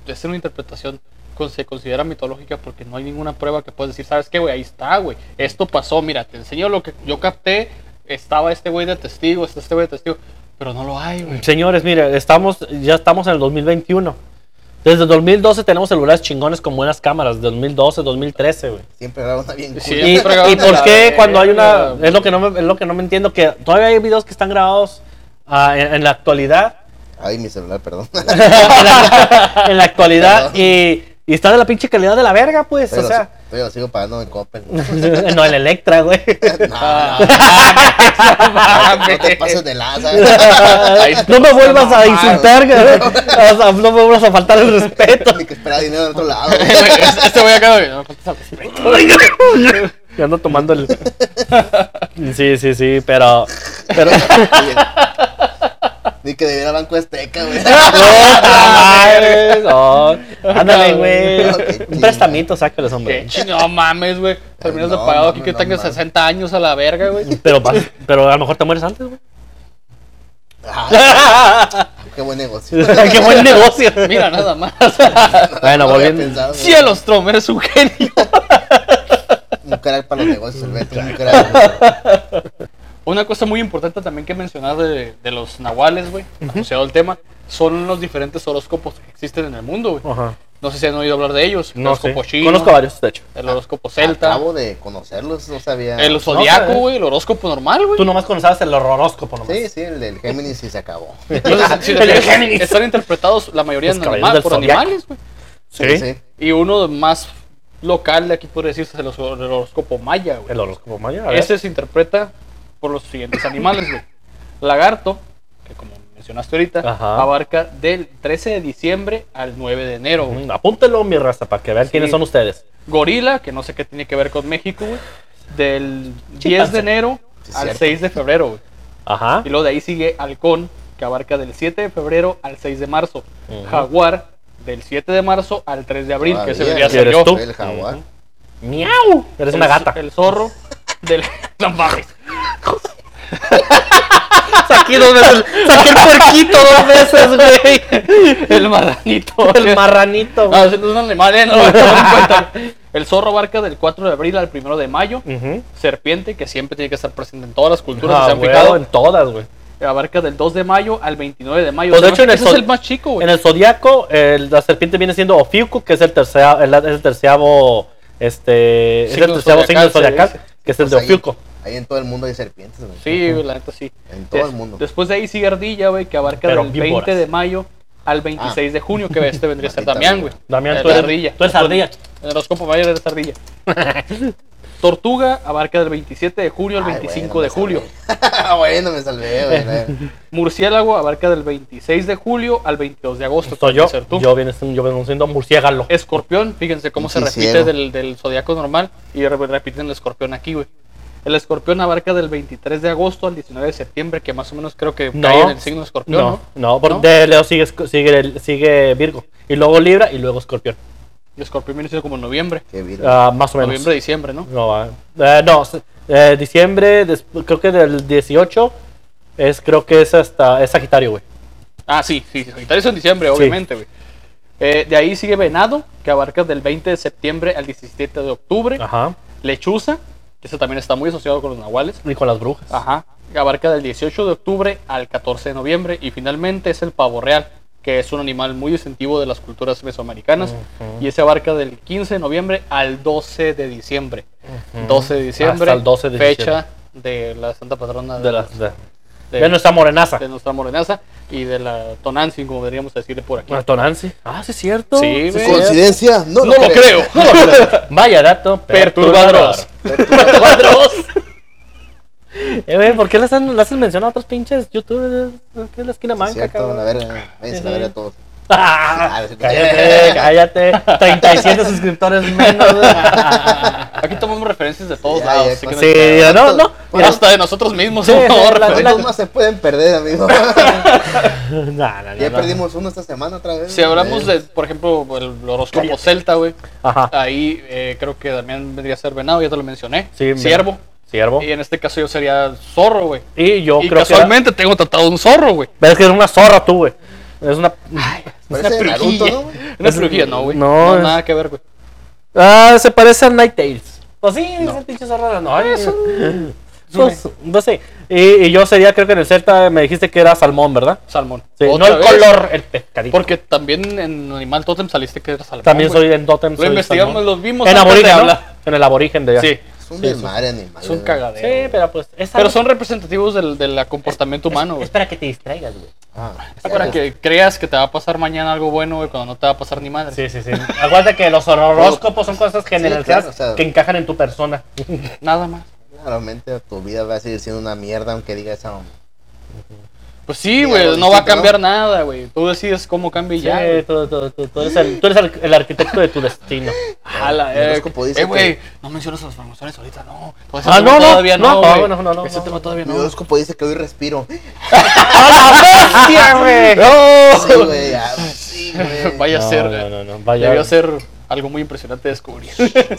es una interpretación con- se considera mitológica porque no hay ninguna prueba que puedas decir, ¿sabes qué, güey? Ahí está, güey. Esto pasó, mira, te enseño lo que yo capté. Estaba este güey de testigo, está este güey de testigo. Pero no lo hay, [LAUGHS] güey. Señores, mire, estamos, ya estamos en el 2021. Desde 2012 tenemos celulares chingones con buenas cámaras. 2012, 2013, güey. Siempre era una bien. Sí, cool. ¿Y, Siempre graban y por la qué verga, cuando hay una... güey. Es lo que no me, es lo que no me entiendo, que todavía hay videos que están grabados ah, en, en la actualidad. Ay, mi celular, [LAUGHS] perdón. en, la, en la actualidad Perdón. y, y está de la pinche calidad de la verga, pues. Pero o sea... lo sigo pagando en [LAUGHS] Copen. no, el Electra, güey. [LAUGHS] no, Ah, no te pases de lanza. [LAUGHS] Ahí No me vuelvas a mamá, insultar, güey. O sea, no me vuelvas a faltar el respeto. Ni que esperar dinero de otro lado. [LAUGHS] [LAUGHS] Este güey acá, güey. No, faltas al respeto. Yo ando tomando el... Sí, sí, sí, pero... [LAUGHS] pero... Ni que debiera Banco Azteca, [LAUGHS] güey. ¡Puta madre! No. Ándale, cabrón. No, güey. qué Un chinga. prestamito, sácales, hombre. ¿Qué? ching- No mames, güey. Terminas de No, pagado aquí mames, que no tengas mames. 60 años a la verga, güey. Pero, vas- pero a lo mejor te mueres antes, [LAUGHS] güey. Ah, qué [LAUGHS] buen negocio. ¡Qué buen negocio! Mira, nada más. [LAUGHS] bueno, No lo había volviendo. pensado, güey. Cielos, Trom, eres un genio. Un crack para los negocios, el Beto, un crack. Una cosa muy importante también que mencionar de, de los nahuales, güey, asociado al tema, son los diferentes horóscopos que existen en el mundo, güey. Ajá. No sé si han oído hablar de ellos. el No sé. horóscopo chino, Conozco varios, de hecho. el horóscopo celta, Acabo de conocerlos, no sabía. el sé. zodiaco, güey, el horóscopo normal, güey. Tú nomás conocías el horóscopo nomás. Sí, sí, el del Géminis y se acabó. Entonces, si te [LAUGHS] El fijas, Géminis. están interpretados la mayoría Los en caballeros anima- del por zodiaco. animales, güey. Sí. Y uno más local de aquí, por decirse, es el hor- el horóscopo maya, güey. El horóscopo maya. a ver. Ese Este se interpreta por los siguientes animales, güey. Lagarto, que como mencionaste ahorita, Ajá. abarca del 13 de diciembre al 9 de enero, güey. Mm, Apúntelo, mi raza, para que vean quiénes son ustedes. Gorila, que no sé qué tiene que ver con México, güey. Del 10 Chimpancé. de enero Sí, al cierto. 6 de febrero, güey. Ajá. Y luego de ahí sigue Halcón, que abarca del 7 de febrero al 6 de marzo. Ujú. Jaguar, del 7 de marzo al 3 de abril, que se Todavía. debería ser ¿Eres yo. tú? El jaguar. ¡Miau! Eres El- una gata. El zorro, del... [LAUGHS] No mames. [LAUGHS] Saqué dos veces. Saqué el puerquito dos veces, güey. El marranito. [LAUGHS] [LAUGHS] El Ah. marranito. No, ese no es un animal, eh, no lo tomen en cuenta. El zorro abarca del 4 de abril al 1 de mayo. Ujú. Serpiente, que siempre tiene que estar presente en todas las culturas Ah, que se han güey, fijado. En todas, güey. Abarca del 2 de mayo al 29 de mayo. Pues, de Ese hecho, en más- el ese es sol- el más chico, güey. En el zodiaco, el- la serpiente viene siendo Ofiuco, que es el tercero, el, es el terciavo, este, es el Signo terciavo signo zodiacal, se zodiacal, dice. que es el Pues de ahí- Ofiuco. Ahí en todo el mundo hay serpientes, güey. Sí, güey, la neta sí. En todo el Des- mundo. Después de ahí sigue Ardilla, güey, que abarca Pero del víboras. 20 de mayo al 26 Ah. de junio, que este vendría [LAUGHS] a ser Maldita Damián, güey. víbora. Damián, El tú eres ardilla. Tú eres ardilla. En el horóscopo mayor eres [LAUGHS] Ardilla. Tortuga abarca del 27 de junio al 25 de julio. [LAUGHS] bueno, me salvé, güey. Murciélago abarca del 26 de julio al 22 de agosto. Soy yo. puede ser tú. Yo viene siendo- yo vengo siendo murciélago. Escorpión, fíjense cómo se Quisiera. repite del, del zodiaco normal y re- repiten el escorpión aquí, güey. El escorpión abarca del 23 de agosto al 19 de septiembre, que más o menos creo que No. cae en el signo escorpión, ¿no? No, no, porque ¿No? de Leo sigue, esco- sigue, sigue Virgo. Y luego Libra y luego Escorpión. Y escorpión viene siendo como noviembre, Qué virgo. Ah, más o menos. noviembre, diciembre, ¿no? No, va. Eh, no, se- eh, diciembre, des- creo que del 18 es, creo que es hasta, es Sagitario, güey. Ah, sí, sí, sí, Sagitario es en diciembre, obviamente, güey. Eh, de ahí sigue Venado, que abarca del 20 de septiembre al 17 de octubre. Ajá. Lechuza, que eso también está muy asociado con los nahuales. Y con las brujas. Ajá. que Abarca del 18 de octubre al 14 de noviembre. Y finalmente es el pavo real, que es un animal muy distintivo de las culturas mesoamericanas. Ujú. Y ese abarca del 15 de noviembre al 12 de diciembre. Ujú. 12 de diciembre, Hasta el 12 de fecha de la Santa Patrona De las- de- de- de nuestra morenaza. de nuestra morenaza y de la Tonantzin, como deberíamos decirle por aquí. Ah, Tonanzi. Ah, sí, es cierto. Sí, güey. es cierto. ¿Coincidencia? No, No lo creo. No lo [LAUGHS] creo. Vaya dato Perturbador. [LAUGHS] Eh, güey, ¿por qué le hacen, le hacen mención a otros pinches youtubers? ¿Por qué la esquina manca, Cierto, cabrón? a ver, váyanse a la verga a todos. Ah, cállate, cállate. 37 suscriptores menos. güey. Aquí tomamos referencias de todos Ya, lados. ya, así que con- no Sí, hay pedo. ya, no, no. [LAUGHS] Mira, Hasta de nosotros mismos. [LAUGHS] Sí, ¿no? sí, la- Referencias. ¿Cuántos más se pueden [LAUGHS] perder, amigo? No, no, no, ya no. perdimos uno esta semana otra vez. Si hablamos de, por ejemplo, el horóscopo Cállate. celta, güey, Ajá. ahí eh, creo que también vendría a ser venado, ya te lo mencioné. Sí, Ciervo. Siervo. Y en este caso yo sería zorro, güey. Y yo Y creo que. Era, casualmente tengo tratado un zorro, güey. ves que es una zorra tú, güey. Es una. Parece de Naruto, Brujilla. ¿no? Una Es- brujilla, no, güey. no, No, es- nada que ver, güey. Ah, se parece a Night Tales. Pues sí, esa pinche zorra no. es un... Pues, pues sí. Y, y yo sería, creo que en el Celta me dijiste que era salmón, ¿verdad? Salmón. Sí, no Otra el vez. color, el pescadito. Porque también en Animal Totem saliste que era salmón. También güey. soy en Totem. Lo investigamos, los vimos. En antes de aborigen, ¿no? hablar. En el aborigen de allá. Sí, Es un Sí, desmadre animal. es un güey. cagadero. Sí, pero pues. es Pero algo- son representativos del, del comportamiento humano, güey. Es para que te distraigas, güey. Ah, Es Para que creas que te va a pasar mañana algo bueno, güey, cuando no te va a pasar ni madre. Sí, sí, sí. Acuérdate que [LAUGHS] los horóscopos son cosas generales claro, o sea- que encajan en tu persona. Nada más. Claramente tu vida va a seguir siendo una mierda aunque digas "Oh, esa mamá. Pues sí, Sí, güey, algo no va a distinto, cambiar nada, güey. Tú decides cómo cambia y Sí, ya. güey. tú, tú- tú- tú eres, el, tú eres el, el arquitecto de tu destino. Ah, Jala, el eh. horóscopo dice eh, güey, que- no mencionas a los promociones ahorita, no. Todo Ah, tema no, no, todavía no, no, güey. no, no, no, Ese no, tema no. todavía Mi no. horóscopo dice que [LAUGHS] hoy respiro. ¡Hostia, [LAUGHS] güey! Sí, güey. ah, sí, güey. [LAUGHS] Vaya a No, ser, no, no, no, vaya. debió ser algo muy impresionante de [LAUGHS] descubrir.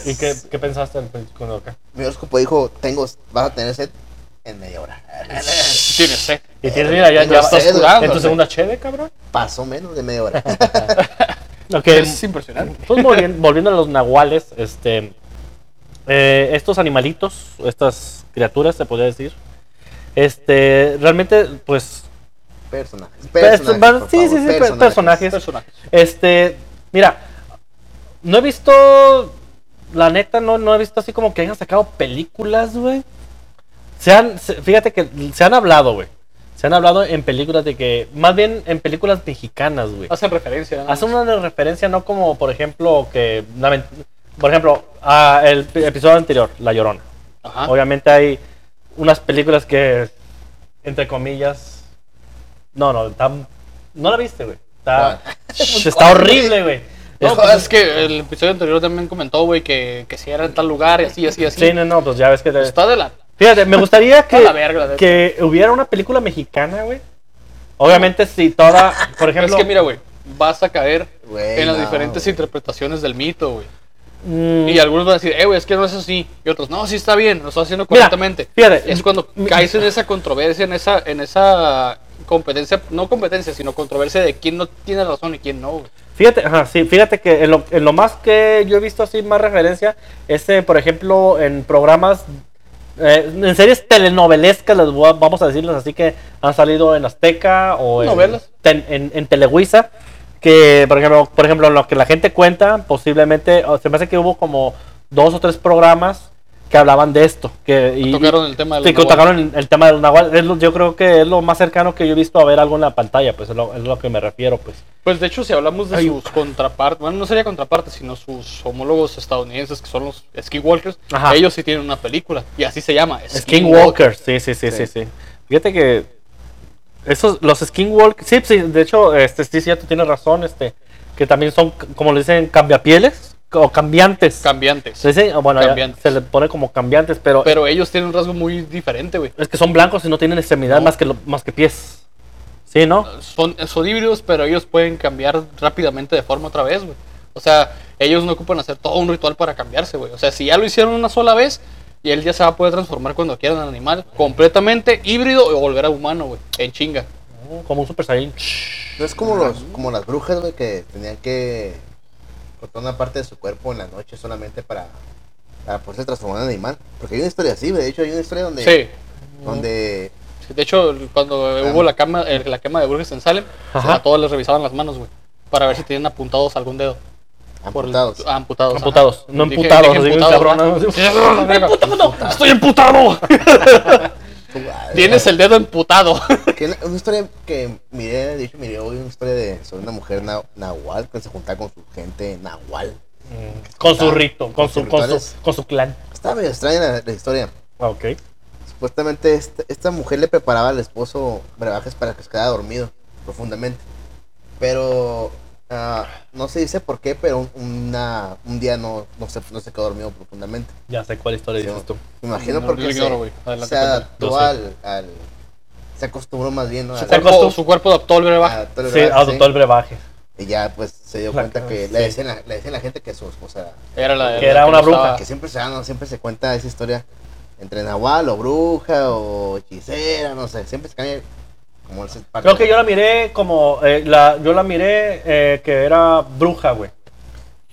¿Y qué, qué pensaste al principio cuando acá? Mi horóscopo dijo, tengo, vas a tener sed en media hora. [LAUGHS] Tienes sed. Y tienes, Eh, mira, pues, ya, Tengo ya sed, estás güey. en tu güey. segunda cheve, cabrón. Pasó menos de media hora. [LAUGHS] Ok, Es impresionante. Pues volviendo, volviendo a los nahuales, este, eh, estos animalitos, estas criaturas, se podría decir, este, realmente, pues, Personajes. Perso- Personajes. por sí, sí, favor, sí, per- personajes. Personajes. este, mira, no he visto, la neta, no, no he visto así como que hayan sacado películas, güey. Se han, se- fíjate que se han hablado, güey. Se han hablado en películas de que, más bien en películas mexicanas, güey. Hacen referencia. nada más. Hace una referencia, no como, por ejemplo, que. lament- Por ejemplo, a el p- episodio anterior, La Llorona. Ajá. Obviamente hay unas películas que, entre comillas. No, no, tan- no la viste, güey. Está, [LAUGHS] está horrible, güey. No, Es- pues es que el episodio anterior también comentó, güey, que, que si era en tal lugar y así, así, así. sí, no, no, pues ya ves que. te- Está de la... Fíjate, me gustaría a que, la verga, la neta. que hubiera una película mexicana, güey. Obviamente, si toda. Por ejemplo. Es que mira, güey, vas a caer Güey, en las no, diferentes güey. interpretaciones del mito, güey. mm, Y algunos van a decir, eh, güey, es que no es así. Y otros, no, sí está bien, lo está haciendo Mira, correctamente. fíjate. es cuando caes en esa controversia, en esa, en esa competencia, no competencia, sino controversia de quién no tiene razón y quién no, güey. Fíjate, ajá, sí, fíjate que en lo, en lo más que yo he visto así más referencia es, eh, por ejemplo, en programas, eh, en series telenovelescas, las voy a- vamos a decirlas así, que han salido en Azteca o en, Novelas. ten- en, en Televisa, que, por ejemplo, por ejemplo, en lo que la gente cuenta, posiblemente, o se me hace que hubo como dos o tres programas que hablaban de esto. Que, y, Tocaron el tema de Sí, los que tocaron el, el tema del Nahual. Es lo- yo creo que es lo más cercano que yo he visto a ver algo en la pantalla, pues es lo, es lo que me refiero, pues. Pues de hecho, si hablamos de Ay. sus contrapartes, bueno, no sería contraparte, sino sus homólogos estadounidenses, que son los Skinwalkers, Ajá. ellos sí tienen una película, y así se llama. Skinwalker, sí, sí, sí, sí, Sí. sí. Fíjate que esos, los Skinwalkers, sí, sí, de hecho, este, sí, sí, tú tienes razón, este, que también son, c- como le dicen, cambiapieles, o cambiantes. Cambiantes. Sí, sí, bueno, ya Cambiantes. se le pone como cambiantes, pero, Pero ellos tienen un rasgo muy diferente, güey. es que son blancos y no tienen extremidad No. más que lo- más que pies. Sí, ¿no? Son, son híbridos, pero ellos pueden cambiar rápidamente de forma otra vez, güey. O sea, ellos no ocupan hacer todo un ritual para cambiarse, güey. O sea, si ya lo hicieron una sola vez, y él ya se va a poder transformar cuando quiera en animal completamente híbrido o volver a humano, güey. En chinga. Como un super saiyan. No es como los, como las brujas, güey, que tenían que cortar una parte de su cuerpo en la noche solamente para, para poderse transformar en animal. Porque hay una historia así, güey. De hecho, hay una historia donde, Sí. donde De hecho, cuando Ah. hubo la, cama, el- la quema de Burgess en Salem, Ajá. a todos les revisaban las manos, güey. Para ver si tenían amputados algún dedo. Por el- amputados. ah, amputados. ajá. Amputados, no Dije- emputados, dije así bien emputados, cabrón, ¿no? ¿no? Sí, ¡Emputado! ¡Estoy emputado! Tienes el dedo emputado. Que una, una historia que miré, de hecho, miré hoy una historia de, sobre una mujer na- nahual que se juntaba con su gente nahual. Con su rito, Ah, con su, con rituales. su, con su clan. Estaba medio extraña la, la historia. Ah, Ok. Supuestamente esta, esta mujer le preparaba al esposo brebajes para que se quedara dormido profundamente. Pero ah, no se dice por qué, pero un, una- un día no, no, se, no se quedó dormido profundamente. Ya sé cuál historia Sí, dices tú. Me imagino No, porque lo se, ignoro, güey. Adelante, se cuéntala. adaptó Yo sé. al, al- Se acostumbró más bien ¿no? Su Al- Ah, cuerpo, costó- su cuerpo adaptó el a- brebaje. a todo el Sí, brebaje, adoptó el brebaje. Y ya pues se dio La cuenta cara, que sí. le, decían la, le decían la gente que su esposa Era la de- Que la era una no bruja. estaba- que siempre se ah, no, siempre se cuenta esa historia entre nahual o bruja o hechicera, no sé, siempre se cambia como ese parte. Creo que yo la miré como, eh, la, yo la miré eh, que era bruja, güey.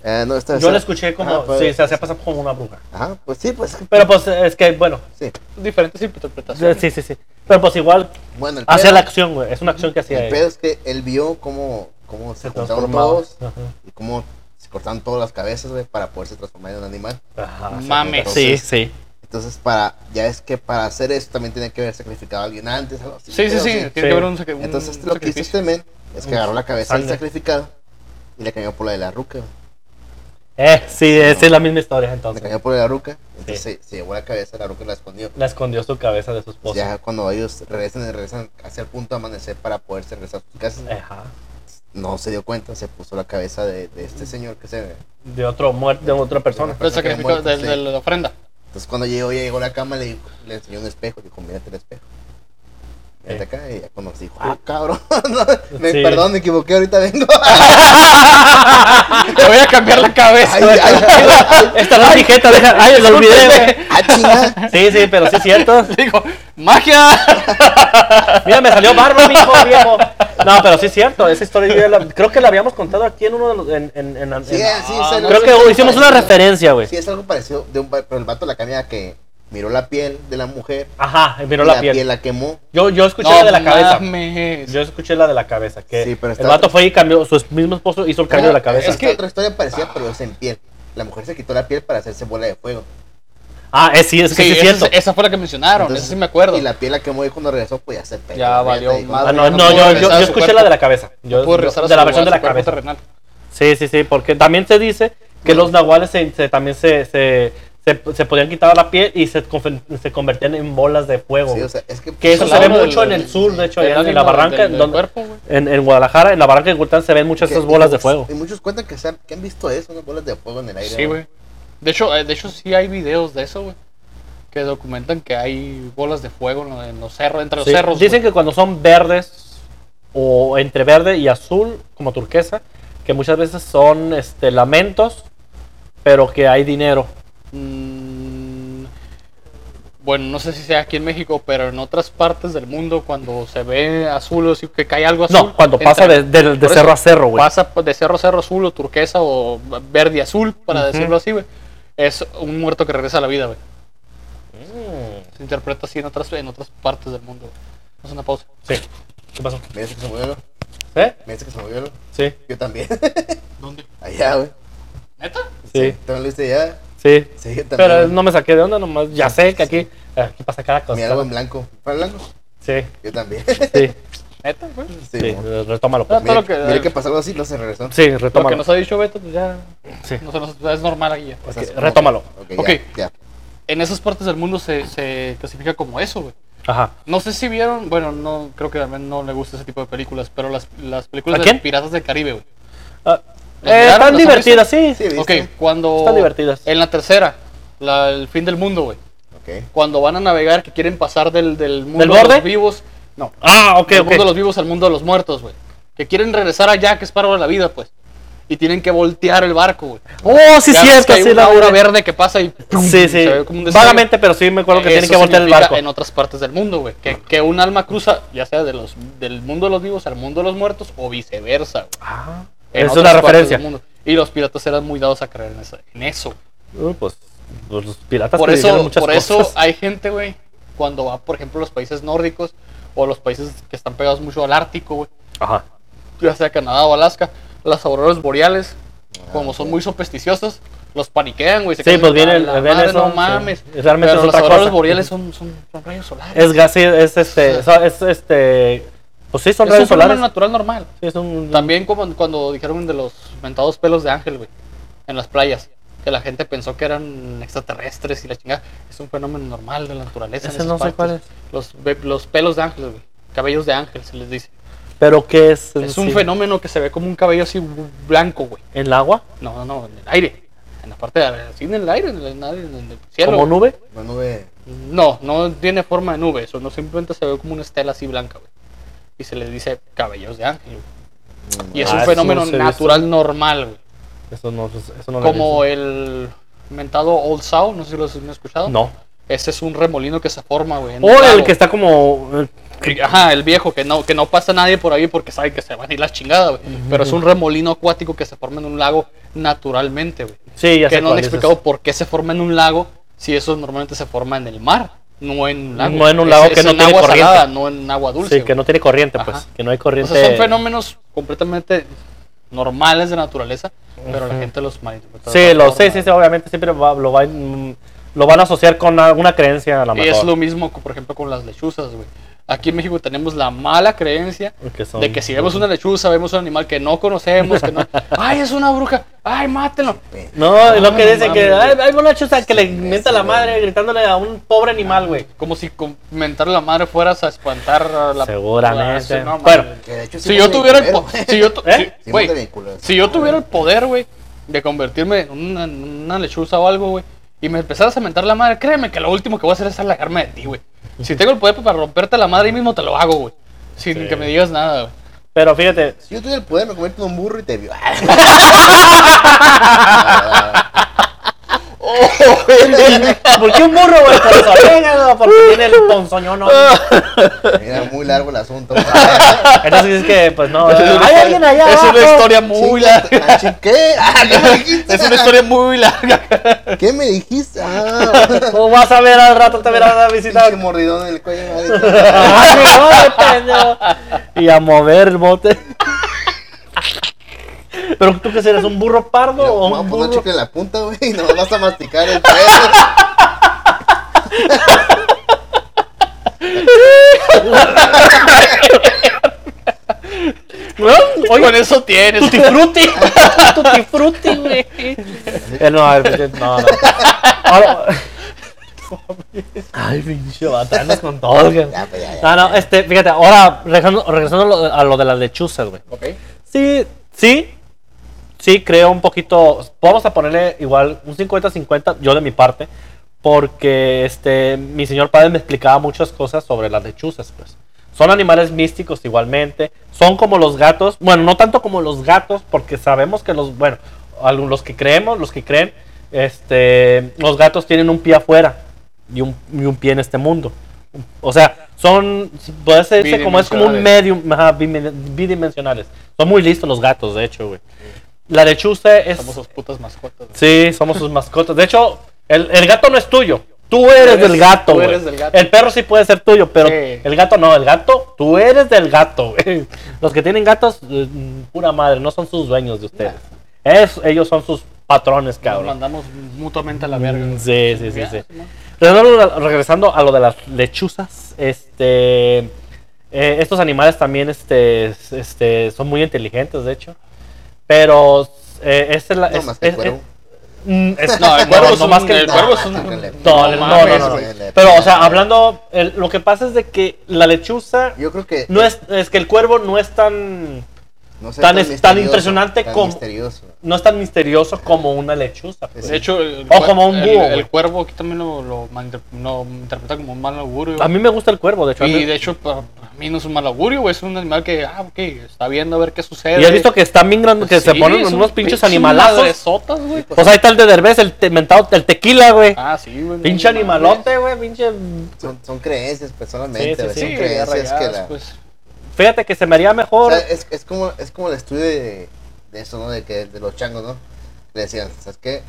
Eh, no, esta- Yo esta- la escuché como, Ajá, pues, sí, se hacía pasar como una bruja. Ajá, pues sí, pues Pero pues es que, bueno, eh, sí. Diferentes interpretaciones. sí, sí, sí. Pero pues igual Bueno, el hacía pedo, la acción, güey. Es una acción que hacía el él. pedo es que él vio cómo cómo se, Se juntaron transformaba. todos Ajá. y cómo se cortaron todas las cabezas, güey, para poderse transformar en un animal. Ajá. Mames. Sí, Entonces- sí. Entonces, para ya es que para hacer eso también tenía que haber sacrificado a alguien antes, algo así, Sí, sí, sí. pero Tiene sí. que haber un, sac- un Entonces, lo que sacrificio. hizo este men es que agarró la cabeza del Sangre. sacrificado y le cayó por la de la ruca. güey. Eh, sí, esa es la misma historia Le entonces. cayó por la ruca, entonces se, se llevó la cabeza, la ruca la escondió. La escondió su cabeza de su esposo. ya cuando ellos regresan, regresan hacia el punto de amanecer para poderse regresar a sus casas, Ajá. no se dio cuenta, se puso la cabeza de, de este señor que se... De otro muerto, de otra [LAUGHS] persona. [LAUGHS] Del sacrificio Muerto, del- sí. de la ofrenda. [LAUGHS] Entonces cuando llegó, ya llegó a la cama, le, dijo- le enseñó un espejo, dijo, mírate el espejo. Mírate Eh. acá, y ya cuando se dijo, ah, cabrón, [LAUGHS] no, me, Sí. perdón, me equivoqué, ahorita vengo. Le voy a cambiar la cabeza. [LAUGHS] Ay, [LAUGHS] ay, [LAUGHS] Esta no es mi jeta, deja. Ay, lo olvidé, güey. ah, chinga. Sí, sí, pero sí es cierto. Digo, ¡magia! Mira, me salió [LAUGHS] barba, mijo, viejo. No, pero sí es cierto. Esa historia yo ya la- creo que la habíamos contado aquí en uno de los. En, en, en, en- Sí, sí, o sea, no, no creo sé que cómo hicimos una parecido. referencia, güey. Sí, es algo parecido, de un, va- pero el vato la cambia que miró la piel de la mujer, Ajá, miró y la piel. la quemó. Yo, yo escuché la de la cabeza. mames. Yo escuché la de la cabeza. Que Sí, pero está- el vato fue y cambió. Su mismo esposo hizo el cambio de la cabeza. Ah, Es Es que que- otra historia parecía, pero es en piel. La mujer se quitó la piel para hacerse bola de fuego. Ah, es, sí, es que sí, Sí, es esa, cierto. esa fue la que mencionaron, Entonces, esa sí me acuerdo. Y la piel la quemó y cuando regresó, pues ya se pegó. Ya la valió verga, y madre. Ah, dijo, no, no no, pudo yo, yo, regresar a yo su escuché cuerpo. la de la cabeza. Yo, Pudo regresar a de su la lugar, versión de a su la cuerpo cabeza. terrenal. Sí, sí, sí, porque también se dice que los nahuales se- se- también se, se, se- se podían quitar la piel y se, confe- se convertían en bolas de fuego. Sí, güey. o sea, es que, que eso Al se ve lado del- mucho en el sur, de hecho, Del allá en la ánimo barranca, del- en, del donde- cuerpo, güey. en, en Guadalajara, en la barranca de Gultán se ven muchas que- esas bolas de fuego. Y muchos cuentan que, se han, que han visto eso, unas bolas de fuego en el aire. Sí, güey. De hecho, eh, de hecho sí hay videos de eso, güey. Que documentan que hay bolas de fuego en lo- en los cerros, entre los Sí, cerros. Dicen que cuando son verdes o entre verde y azul, como turquesa, que muchas veces son este, lamentos, pero que hay dinero. que... Mm, bueno, no sé si sea aquí en México, pero en otras partes del mundo cuando se ve azul o si que cae algo azul. No, cuando pasa entre- de, de- de por eso, cerro a cerro, güey. Pasa pues, de cerro a cerro azul o turquesa o verde y azul, para Ujú. decirlo así, güey. Es un muerto que regresa a la vida, güey. Mm. Se interpreta así en otras, en otras partes del mundo. Vamos a una pausa. Sí. ¿Qué pasó? Me dice que se movió, ¿no? ¿Eh? me dice que se movió. ¿no? Sí, Yo también. [LAUGHS] ¿Dónde? Allá, güey. ¿Neta? sí, ¿También lo viste allá? sí. Sí, yo también. Pero güey. no me saqué de onda nomás. Ya sé que aquí, aquí pasa cada cosa. Mi algo en blanco. ¿Para blanco? Sí, Yo también. [LAUGHS] sí, ¿Neta, güey? Sí, sí. mo. Retómalo. Ah, todo pues. Mira, lo que- mira que pasó algo así, no se regresó. Sí, Lo que retómalo. nos ha dicho Beto, pues ya Sí. no se nos- es normal aquí ya. O sea, Ok, es como- retómalo. Ok, Ok. ya, ya. En esas partes del mundo se, se clasifica como eso, güey. Ajá. No sé si vieron, bueno, no creo que a Ben no le gusta ese tipo de películas, pero las, las ¿A películas de quién? Piratas del Caribe, güey. Ah, ¿Los Eh, miraron? están ¿Los han visto? divertidas, sí. Sí, Ok, ¿viste? cuando. Están divertidas. En la tercera, la- el fin del mundo, güey. Ok. Cuando van a navegar, que quieren pasar del, del mundo ¿Del de borde? los vivos. No, Ah, ok, del ok. mundo de los vivos al mundo de los muertos, güey. Que quieren regresar allá, que es para la vida, pues. Y tienen que voltear el barco, güey. Oh, sí, Ya ves que cierto, hay sí, una la aura vi. verde que pasa y ¡pum! Sí, sí. se ve como un destello. Vagamente, pero sí me acuerdo que tienen Eso que voltear el significa barco. En otras partes del mundo, güey. Que, que un alma cruza, ya sea de los, del mundo de los vivos al mundo de los muertos o viceversa, güey. Ah, En es otras una partes referencia. del mundo. Y los piratas eran muy dados a creer en eso. En eso. güey. Uh, pues, pues los piratas Por, predijeron eso, muchas por cosas. eso hay gente, güey, cuando va, por ejemplo, a los países nórdicos o los países que están pegados mucho al Ártico, güey, Ajá. ya sea Canadá o Alaska, las auroras boreales, Ah, como son ok. muy supersticiosos, los paniquean, güey. se Sí, quedan, pues viene- "A la ven madre, eso, No sí. mames. Es realmente Pero es las otra auroras cosa. boreales son, son, son rayos solares. Es gas, sí, es este, Sí. so- es este, pues sí, son Es un rayos solares. fenómeno natural normal. Sí, es un- También como cuando dijeron de los mentados pelos de ángel, güey, en las playas, que la gente pensó que eran extraterrestres y la chingada. Es un fenómeno normal de la naturaleza. en Ese esas no sé partes. cuál es. Los, ve- los pelos de ángel, güey. Cabellos de ángel, se les dice. Pero qué es, en Es un Pues sí? fenómeno que se ve como un cabello así blanco, güey. en el agua, No, no, no, en el aire. En la parte de así en el aire, en el, en el- en el cielo. como güey. nube. Una nube. No, no tiene forma de nube, eso no simplemente se ve como una estela así blanca, güey. Y se les dice cabellos de ángel, güey. mm, Y es Ah, un eso fenómeno no se ha natural normal, güey. Eso no, pues, eso no lo he Como visto. el mentado Old Sow, no sé si lo han escuchado. No. Ese es un remolino que se forma, güey. en O un lago. el que está como, eh, Ajá, el viejo, que no, que no pasa nadie por ahí porque sabe que se van a ir las chingadas, güey. Pero es un remolino acuático que se forma en un lago naturalmente, güey. sí, ya Que sé no han cuál es explicado ese. por qué se forma en un lago si eso normalmente se forma en el mar, no en un lago. No en un lago que no en tiene agua corriente. salada, no en agua dulce. Sí, que güey. no tiene corriente, Ajá. pues, que no hay O corriente. sea, son fenómenos completamente normales de naturaleza, pero la gente los malinterpreta. de Sí, otra lo forma. sé, sí, sí, obviamente siempre va- lo, va- mm, lo van a asociar con alguna creencia a la Y es mejor. lo mismo, co- por ejemplo, con las lechuzas, güey. Aquí en México tenemos la mala creencia Que son- de que si vemos una lechuza, vemos un animal que no conocemos, [LAUGHS] que no... ¡Ay, es una bruja! ¡Ay, mátenlo! eh. No, lo que no dicen que mames, "Ay, hay una chusa que le mienta la güey. madre gritándole a un pobre animal, güey. Como si comentar la madre fueras a espantar a la... Seguramente. Ah, sí, no, Bueno, madre. Que de hecho sí si hemos yo de tuviera el... culero, po- güey. Si yo, tu- ¿Eh? si- Sí güey, hemos de culero. si yo tuviera el poder, güey, de convertirme en una, en una lechuza o algo, güey, y me empezaras a mentar la madre, créeme que lo último que voy a hacer es alejarme de ti, güey. Si tengo el poder para romperte la madre, ahí mismo te lo hago, güey. Sin Sí. que me digas nada, güey. Pero [LAUGHS] fíjate, [LAUGHS] Si yo tuviera el poder, me convierto en un burro y te vio. Ah, [LAUGHS] ¿por qué un burro, güey? Por eso, venga, porque tiene el ponzoñón. ¿no? Era muy largo el [LAUGHS] asunto. Ah, Entonces es que, pues no. Hay alguien allá. Es abajo? una historia muy larga. ah, [LAUGHS] Chinga, ¿Qué? Ah, ¿Qué me dijiste? Es una historia muy larga. ¿Qué me dijiste? [LAUGHS] Ah, Tú vas a ver al rato, te verás a visitar. pinche mordidón en el cuello. [LAUGHS] madre. Ay, no, pendejo. [LAUGHS] Y a mover el bote. [LAUGHS] Pero tú qué serás, un burro pardo Mira, o Vamos a un poner burro. pues, chicle en la punta, güey, y nos vas a masticar el pedo. ¿No? Oye, Con eso tienes. [LAUGHS] tutti frutti. tutti frutti, güey. Eh, no, a ver, pues, no, no. Ahora- Ay, pinche vato, andas con todo, güey. Ya, pues, ya, ya. No, no, este, fíjate, ahora regresando, regresando a lo- a lo de las lechuzas, güey. Ok. Sí, sí, sí, creo un poquito. Vamos a ponerle igual un 50-50, yo de mi parte, porque este, mi señor padre me explicaba muchas cosas sobre las lechuzas, pues. Son animales místicos igualmente, son como los gatos, bueno, no tanto como los gatos, porque sabemos que los, bueno, algún- los que creemos, los que creen, este, los gatos tienen un pie afuera y un, y un pie en este mundo. O sea, son, puede ser como es como un Bidimensionales. medium, ajá, bimen- bidimensionales. Son muy listos los gatos, de hecho, güey. La lechuza es... Somos sus putas mascotas. güey. Sí, somos sus mascotas. De hecho, el, el gato no es tuyo. Tú eres, eres- del gato, tú güey. eres del gato. El perro sí puede ser tuyo, pero Sí. el gato no. El gato, tú eres del gato, güey. [LAUGHS] Los que tienen gatos, eh, pura madre, no son sus dueños de ustedes. Es- ellos son sus patrones, Nos cabrón. mandamos mutuamente a la verga. güey. Sí, sí, sí, Ya, sí. Simón. Regresando a- regresando a lo de las lechuzas, este, eh, estos animales también este, es- este, son muy inteligentes, de hecho. Pero eh, esta es la- No, es- más que el es- cuervo. es- mm, [LAUGHS] es- No, el no, cuervo no, es un- más que el no. cuervo es un- No, no, No, No no, mames, no, no. güey. Pero, o sea, hablando, el- lo que pasa es de que la lechuza Yo creo que. no es, es que el cuervo no es tan, No sé, Tan es- tan misterioso, impresionante tan como- misterioso. No es tan misterioso como una lechuza. pues. De hecho, el, O cue- como un el- búho, El, güey. cuervo aquí también lo, lo mal- no, interpreta como un mal augurio. A mí me gusta el cuervo, de hecho. a mí- Y de hecho, para, para mí no es un mal augurio, güey, Es un animal que, ah, ok, está viendo a ver qué sucede. Y has visto que están bien grandes, que se Sí, ponen son unos pinches pinches animalazos. madresotas, güey. Pues ahí está el de Derbez, el te- mentado, el tequila, güey. Ah, sí, güey. pinche no mames. animalote, güey, pinche... Son, son creencias, pues, solamente. Sí, sí, güey, sí, son Sí, creencias rayadas, que la- pues. Fíjate que se me haría o mejor. sea, es, es como, es como el estudio de, de eso, ¿no? De, que, de los changos, ¿no? Le decían, ¿sabes qué?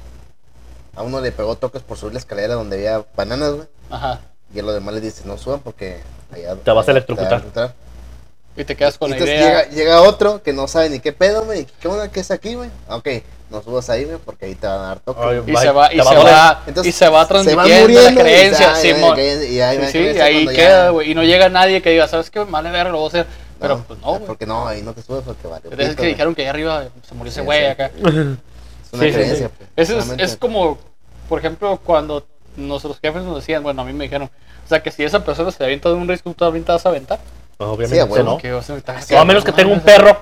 A uno le pegó toques por subir la escalera donde había bananas, güey. Ajá. Y a los demás les dice, no suban porque allá Te vas a allá electrocutar. Y te quedas con Y la entonces idea. llega, llega otro que no sabe ni qué pedo, güey. ¿Qué onda que es aquí, güey? Ah, Ok, no subas ahí, güey, porque ahí te van a dar toque. Ay, güey. Y Bye. se va, y Te va se a doler. va, y se va transmitiendo la creencia, y, ya, ya, Simón. ya, y ahí, Sí, va sí, y creciendo ahí cuando ya- queda, güey. Y no llega nadie que diga, ¿sabes qué? Vale, ver, lo voy a hacer. No, ah, Pero pues no, güey. Porque no, ahí no te subes porque vale. Pero Es que dijeron que allá arriba se murió ese Sí, güey sí. acá. Es una Sí, sí, creencia. pues, Eso es, solamente. es como, por ejemplo, cuando nuestros jefes nos decían, bueno, a mí me dijeron, o sea, que si esa persona se avienta de un risco, tú también te vas a aventar. [LAUGHS] Obviamente, Sí, a huevo. no. Que, o sea, estás O a menos que tenga un perro,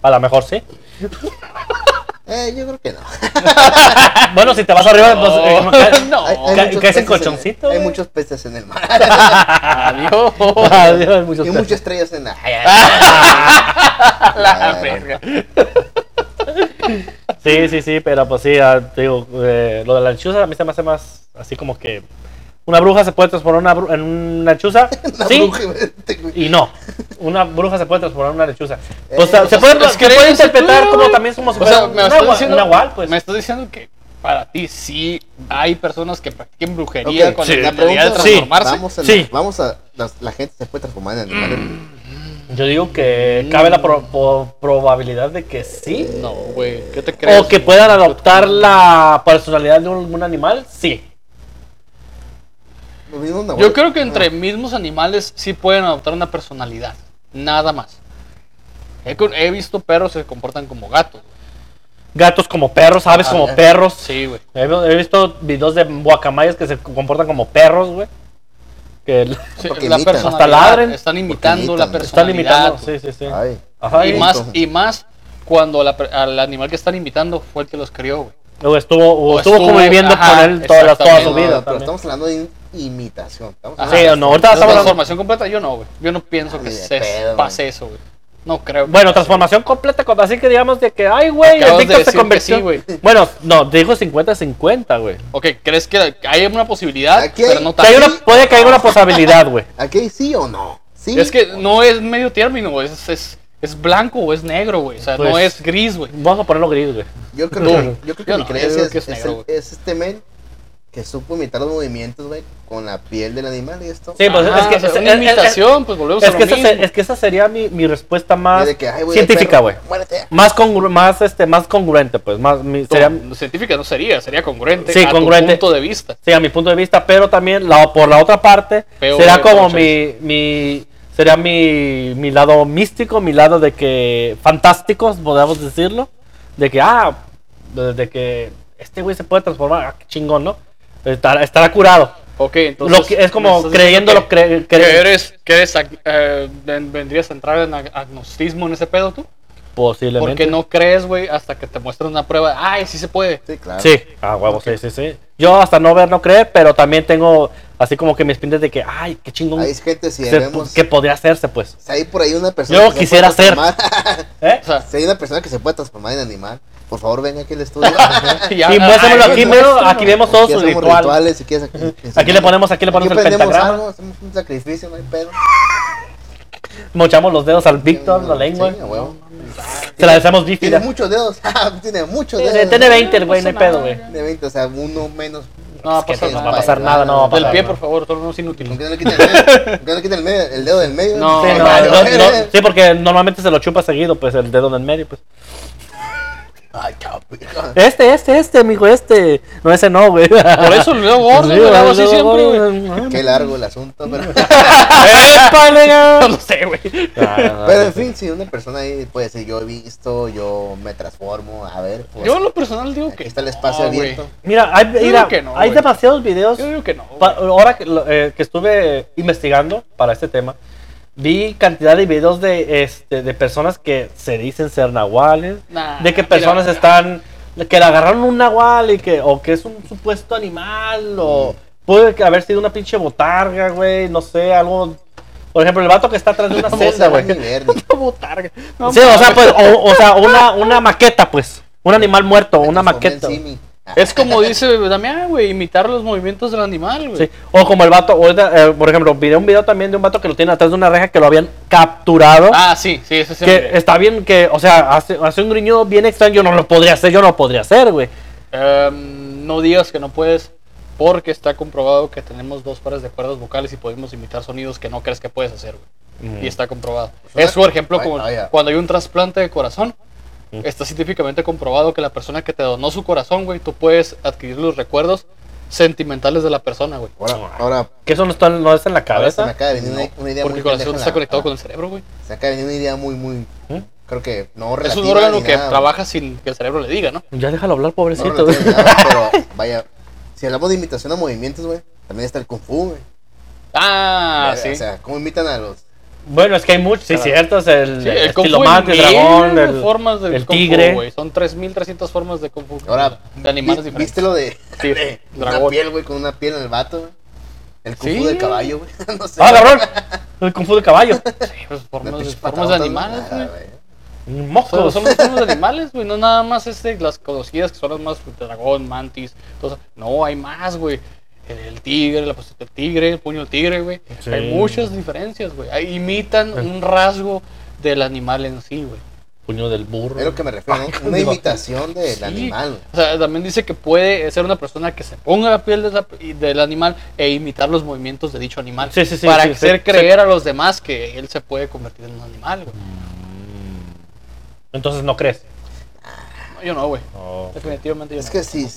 a lo mejor sí. Eh, yo creo que no. Bueno, si te vas arriba, pues, eh, No, entonces... [LAUGHS] no. Hay- hay Ca- muchos caes en peces colchoncito, Hay güey. muchos peces en [LAUGHS] el mar. Adiós. [LAUGHS] Adiós, muchos y perros. muchas estrellas en la. Ah. [LAUGHS] La verga. Sí, sí, sí, pero pues sí, ah, te digo, eh, lo de la lechuza a mí se me hace más así como que una bruja se puede transformar una bru- en una lechuza. [LAUGHS] Una sí, bruja, güey. y no. Una bruja se puede transformar en una lechuza. Eh, O sea, se pues, puede, es se que puede eso interpretar tú, como güey. también somos O sea, me estás diciendo- pues. Me estás diciendo que para ti sí hay personas que practiquen brujería Ok, con sí. la La mentalidad de pregunta sí, transformarse. Vamos a, Sí. vamos a la, la gente se puede transformar en animales. Mm. Yo digo que cabe la pro- po- probabilidad de que sí. No, güey, ¿qué te crees? O que puedan adoptar la personalidad de un, un animal, sí. Lo mismo una Yo abuela. creo que entre mismos animales sí pueden adoptar una personalidad, nada más. He, con- he visto perros que se comportan como gatos. güey. Gatos como perros, aves Ah, como ya. perros. Sí, güey. He, he visto videos de guacamayas que se comportan como perros, güey. Que [LAUGHS] l- Sí, Porque la imitan. personalidad, Hasta ladren. Están imitando imitan. la están personalidad. imitando. Sí, sí, sí. Ay. Ajá, güey. y- Y más, Imitan. y más cuando a la per- al animal que están imitando fue el que los crió, güey. o estuvo, o O estuvo estuvo, conviviendo ajá, con él toda, la- toda su exactamente. vida. No, pero también. estamos hablando de in- imitación. Estamos Ajá. hablando Sí, de- no, ahorita estamos hablando- Transformación completa, yo no, güey. Yo no pienso Ni que de se pedo, güey. pase eso, güey. No creo. Bueno, transformación completa, co- así que digamos de que, ay, güey, Acabas el de Víctor decir se que convirtió. sí, güey. bueno, no, dijo 50-50, güey. Ok, ¿crees que hay una posibilidad? Aquí hay- pero no Que hay tanto. una- puede que haya una posibilidad, güey. ¿Aquí hay sí o no? Sí. Es que no es medio término, güey. Es, es, es blanco o es negro, güey. O sea, no Pues- es gris, güey. Vamos a ponerlo gris, güey. Yo creo que, Tú. yo creo que Yo mi no, yo creencia digo es, que es es negro, el- es este men que supo imitar los movimientos, güey, con la piel del animal y esto. Sí, pues Ajá, es que o sea, es- una es- es- imitación, pues volvemos Es a lo que, esa mismo. se- es que esa sería mi, mi respuesta Y más de que, ay, güey, científica, perro, güey. Muérete. Más, congru- más, este, más congruente, pues. Más, mi- sería, No, científica no sería, sería congruente Sí, a congruente. tu punto de vista. sí, a mi punto de vista, pero también la, por la otra parte, Peor, será eh, como por mi, mi, sería mi, mi lado místico, mi lado de que fantásticos, podemos decirlo, de que, ah, de, de que este güey se puede transformar, ah, qué chingón, ¿no? Estará, estará curado. Ok, entonces... pues, Lo que- me es como estás diciendo creyéndolo, que, cre- que cre- eres... Que eres ag- eh, ven- ¿Vendrías a entrar en ag- agnostismo en ese pedo tú? posiblemente. Porque no crees, güey, hasta que te muestren una prueba. Ay, sí se puede. Sí, claro. Sí, ah, huevo, sí, sí, sí. Yo hasta no ver, no creer, pero también tengo así como que mis pintes de que, ay, qué chingón Hay gente, si se- vemos, que podría hacerse, pues. si hay por ahí una persona Yo que se quisiera pueda ser. transformar- [LAUGHS] ¿Eh? O sea, [LAUGHS] si hay una persona que se pueda transformar en animal, por favor, venga aquí [LAUGHS] al estudio. ya- ah, y muéstramelo ay, aquí, no, mero, esto no. aquí vemos todo Aquí su hacemos ritual. rituales, si quieres, aquí, Aquí le ponemos, aquí le Aquí ponemos el prendemos pentagrama, algo, hacemos un sacrificio, no hay pedo. mochamos los dedos al Víctor, la lengua, Sí, a huevo. se la deseamos bífida. Tiene muchos dedos. [LAUGHS] Tiene muchos Tiene dedos. tiene 20 el güey, no hay pedo, güey. Tiene 20, o sea, uno menos. No va a ah, Es que pasar no nada. va a pasar nada, no va a pasar Del pie, nada. por favor, todo no es ¿Con inútil. qué no le quita el medio? ¿Con qué no le quita el, medio- el dedo del medio? No, Sí, no, vale, no, vale. no, sí, porque normalmente se lo chupa seguido, pues el dedo en el medio, pues. Ay, cabrón. Este, este, este, mijo, este. No, ese no, güey. Por eso [LAUGHS] el dedo gordo, güey, le hago así siempre, güey. Qué largo el asunto, [LAUGHS] pero. [LAUGHS] ¡Épale, güey! No lo sé, güey. Pues, Pero en fin, si una persona ahí puede decir, yo he visto, yo me transformo, a ver, pues. Yo en lo personal digo aquí que. está el espacio no, güey. abierto. Mira, hay, digo mira, que no, hay güey. demasiados videos. Yo digo que no. pa- güey. ahora que, lo- eh, que estuve investigando para este tema, Vi cantidad de videos de, este, de personas que se dicen ser nahuales, Nah, de que mira, personas mira. están, que le agarraron un nahual y que, o que es un supuesto animal, o puede que haber sido una pinche botarga, güey, no sé, algo. Por ejemplo, el vato que está atrás de una No vamos celda, a güey. pues, ni [LAUGHS] ver, ni- Una botarga. No, Sí, o sea, mames. pues, o, o sea, una, una maqueta, pues. Un animal muerto, una Comen maqueta. pues, simi. Ah, Es como dice Damián, güey, imitar los movimientos del animal, güey. Sí. O como el vato, ahorita, eh, por ejemplo, vi un video también de un vato que lo tiene atrás de una reja que lo habían capturado. Ah, sí, sí, eso sí. que está bien, que, o sea, hace, hace un gruñido bien extraño. Yo no lo podría hacer, yo no lo podría hacer, güey. Em, no digas que no puedes, porque está comprobado que tenemos dos pares de cuerdas vocales y podemos imitar sonidos que no crees que puedes hacer, güey. Mm. Y está comprobado. Es, por ejemplo, Ay, como ay, ya. cuando hay un trasplante de corazón. Mm. Está científicamente comprobado que la persona que te donó su corazón, güey, tú puedes adquirir los recuerdos sentimentales de la persona, güey. Ahora, ahora, Que eso no está, no está en la ahora se cabeza. me acaba de venir una, una idea Porque muy el corazón pendeja en está la- conectado ah, con el cerebro, güey. Se acaba de venir una idea muy, muy. ¿Mm? Creo que no Es un relativa órgano ni que nada, güey. trabaja sin que el cerebro le diga, ¿no? Ya déjalo hablar, No pobrecito. relativa güey. ni nada, [LAUGHS] pero vaya. Si hablamos de imitación a movimientos, güey, también está el Kung Fu, güey. Ah, sí. O sea, ¿cómo imitan a los. [LAUGHS] bueno, es que hay muchos, sí, Claro. cierto. Es el, Sí, el el Kung Fu estilo hay mate, el mil dragón, el, formas del el Kung Fu, tigre. güey. Son 3.300 formas de Kung Fu. Ahora, de animales vi- diferentes. ¿viste lo de. Sí, de una dragón. piel, güey, con una piel en el vato, güey? El Kung Sí. Fu del caballo, güey. [LAUGHS] No sé. ¡Ah, cabrón! El Kung Fu de caballo. Sí, pues, Una formas, de, pinche formas de patadota, animales, nada, güey. Son, Mocos. son las formas de animales, güey. No nada más este, las conocidas que son las más pues, dragón, mantis. Entonces, no, hay más, güey. El, el tigre, la postura del tigre, el puño del tigre, güey. Sí. Hay muchas diferencias, güey. Ahí Imitan un rasgo del animal en sí, güey. Puño del burro. Ah, Es lo que me refiero, ¿no? Una digo, imitación del Ah, Sí. animal, güey. O sea, también dice que puede ser una persona que se ponga la piel de esa- del animal e imitar los movimientos de dicho animal. Sí, sí, sí, para sí, hacer sí, creer a los demás que él se puede convertir en un animal, güey. Entonces no crees. No, yo no, güey. Definitivamente yo Es no. que sí,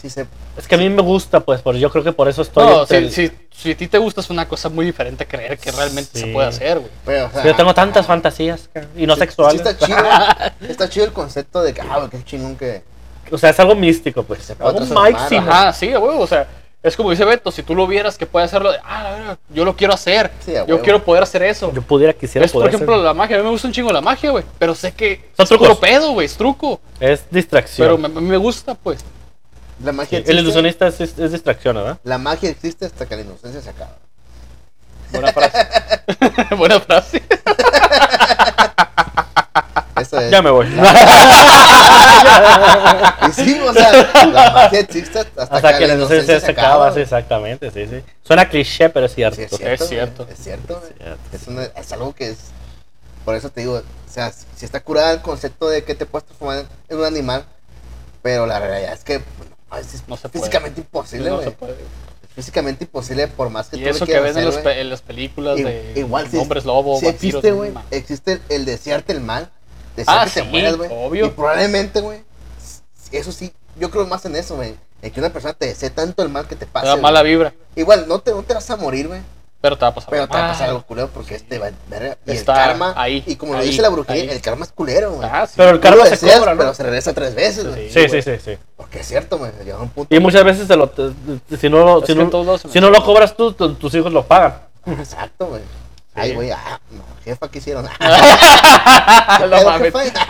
sí se. Es que a mí me gusta, pues, pero yo creo que por eso estoy. No, entre si, el- si- si a ti te gusta es una cosa muy diferente creer que realmente se Sí. puede hacer, güey. Pero, o sea, Yo tengo tantas fantasías ca- y no sí- sí sexuales. está chido. está chido el concepto de que, ah, güey, qué chingón que. O sea, es algo místico, pues. puede Algo transformar, máximo. Ajá, sí, güey. O sea, es como dice Beto, si tú lo vieras que puede hacerlo, de, ah, la verga, yo lo quiero hacer. Sí, a yo huevo. quiero poder hacer eso. Yo pudiera, quisiera es por poder ejemplo hacer- la magia, a mí me gusta un chingo la magia, güey, pero sé que Son es puro trucos. pedo, güey, es truco. Es distracción. Pero me, me gusta, pues. [LAUGHS] La magia El ilusionista es, es- es distracción, ¿verdad? La magia existe hasta que la inocencia se acaba. Buena [LAUGHS] frase. Buena frase. Eso es. Ya me voy. Y sí, o sea, la magia existe hasta, Hasta que la inocencia se acaba, sí, exactamente, sí, sí. Suena cliché, pero es cierto. Sí, es Es cierto. cierto. güey, Es cierto. güey. cierto. Es, una- es algo que es. Por eso te digo, o sea, si está curada el concepto de que te puedes transformar en un animal, pero la realidad es que bueno, a veces No se puede. físicamente imposible, No güey. se puede. Es físicamente imposible por más que Y tú le eso que quieras ven en, hacer, los güey. pe- en las películas I- de igual si- hombres lobo, Sí vampiros, existe, güey. ma- Existe el desearte el mal. Desear Ah, que te sí, mueras, güey. obvio. Y probablemente, güey. s- Eso sí, yo creo más en eso, güey. En que una persona te desee tanto el mal que te te pase. da güey. mala vibra, Igual, no te, no te vas a morir, güey. pero te va a pasar. Ah, Pero te va a mal. pasar algo culero porque este va a verga. Y Está el karma. ahí, y como lo ahí, dice la brujería, ahí. el karma es culero, güey. Ah, sí. Pero el [LAUGHS] Tú lo karma se deseas, cobra, ¿no? Pero se regresa tres veces, güey. Sí, sí, güey. sí, sí. Porque es cierto, güey. Llega un punto. Y muchas veces se lo, te- si, no, lo- Es si, que no, en todos lados se si no lo cobras tú, tu- tus hijos lo pagan. Exacto, güey. Ay, güey, ah, no, jefa, ¿qué [LAUGHS] hicieron? Ah, [LAUGHS] no mames. [LAUGHS] ¿Qué Eh, pasó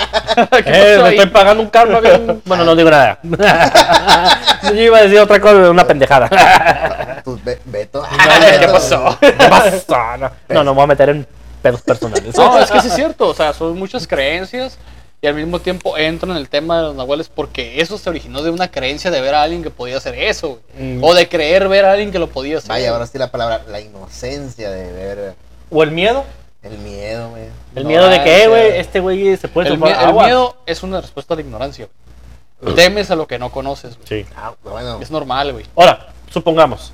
me ahí? [LAUGHS] estoy pagando un karma bien. [LAUGHS] Bueno, no digo nada. Yo iba a decir otra cosa, una pendejada. [LAUGHS] [LAUGHS] Tus be- Beto. [LAUGHS] ¿Qué pasó? ¿Qué pasa? No, no, no me voy a meter en pedos personales. No, es que sí es cierto, o sea, son muchas creencias y al mismo tiempo entro en el tema de los nahuales porque eso se originó de una creencia de ver a alguien que podía hacer eso, güey. Mm. O de creer ver a alguien que lo podía hacer. Vaya, ahora sí la palabra, la inocencia de ver ¿O el miedo? el miedo, güey. El miedo de que, eh, güey, Ignorancia. este güey se puede el, tomar mie- el agua. miedo es una respuesta a la ignorancia. güey. Temes a lo que no conoces, güey. Sí. Ah, bueno. Es normal, güey. [LAUGHS] Ahora, supongamos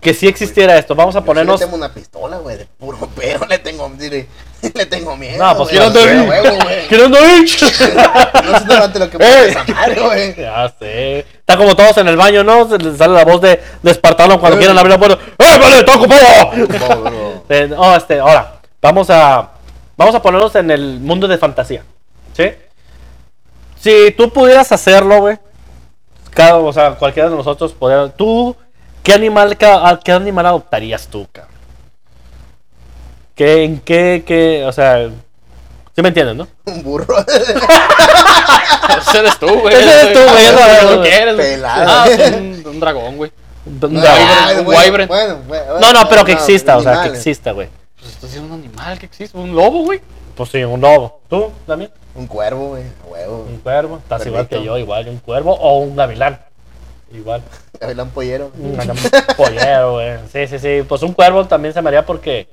que si existiera esto, vamos a yo sí ponernos. le tengo una pistola, güey, de puro [LAUGHS] pedo. Le [LAUGHS] tengo, dile, le tengo miedo. No, pues, güey, ¿quién anda a ahí? huevo, [LAUGHS] güey. ¿Quieres no ir? No sé durante lo que puede ¡Ey! pasar, güey. Ya sé. Está como todos en el baño, ¿no? Se les sale la voz de, de Espartano cuando quieren abrir la puerta. ¡Eh, vale, está ocupado! No, bro. Eh, no, este, ahora, vamos a, vamos a ponernos en el mundo de fantasía, ¿sí? Si tú pudieras hacerlo, güey, cada, o sea, cualquiera de nosotros podría, tú, ¿qué animal, ca- a- qué, animal adoptarías tú, cabrón? ¿Qué, en qué, qué, o sea, sí me entiendes, ¿no? Un [LAUGHS] burro. Ese eres tú, güey. Ese eres tú, güey, es Ese lo- es lo que eres, güey. Pelado. Ah, es un, un dragón, güey. Un Ay, dragón. Wyvern, bueno, Wyvern. bueno, bueno, No, no, pero que no, exista, o sea, que animales. exista, güey. Pues esto sí es un animal que existe, un lobo, güey. [LAUGHS] Pues sí, un lobo. ¿Tú, también? Un cuervo, güey, a huevo. Un cuervo. Estás igual Perrito. que yo, igual. Un cuervo o un gavilán. Igual. Gavilán pollero. Un pollero, güey. Sí, sí, sí. Pues un cuervo también se me haría porque.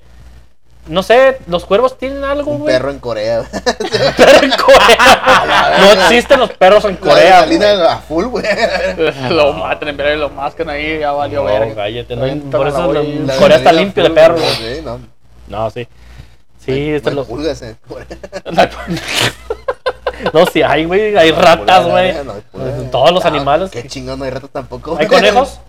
No sé, los cuervos tienen algo, Un güey. [LAUGHS] perro en Corea. güey. Perro en [LAUGHS] Corea. No existen los perros en Corea. La güey. adrenalina a full, güey. Lo matan, en verdad, y lo mascan ahí, ya valió No, verga. cállate, no hay- Avientan por a la eso olla en y- Corea La está adrenalina a limpio de full, perros. güey. Sí, no. No, sí. Sí, estos Bueno, los- pulgas en Corea. No, sí, hay, güey. Hay ratas, Pulgas, güey. no, no, pulgas. Todos los Ah, animales. Qué chingón, no hay ratas tampoco. ¿Hay güey. conejos?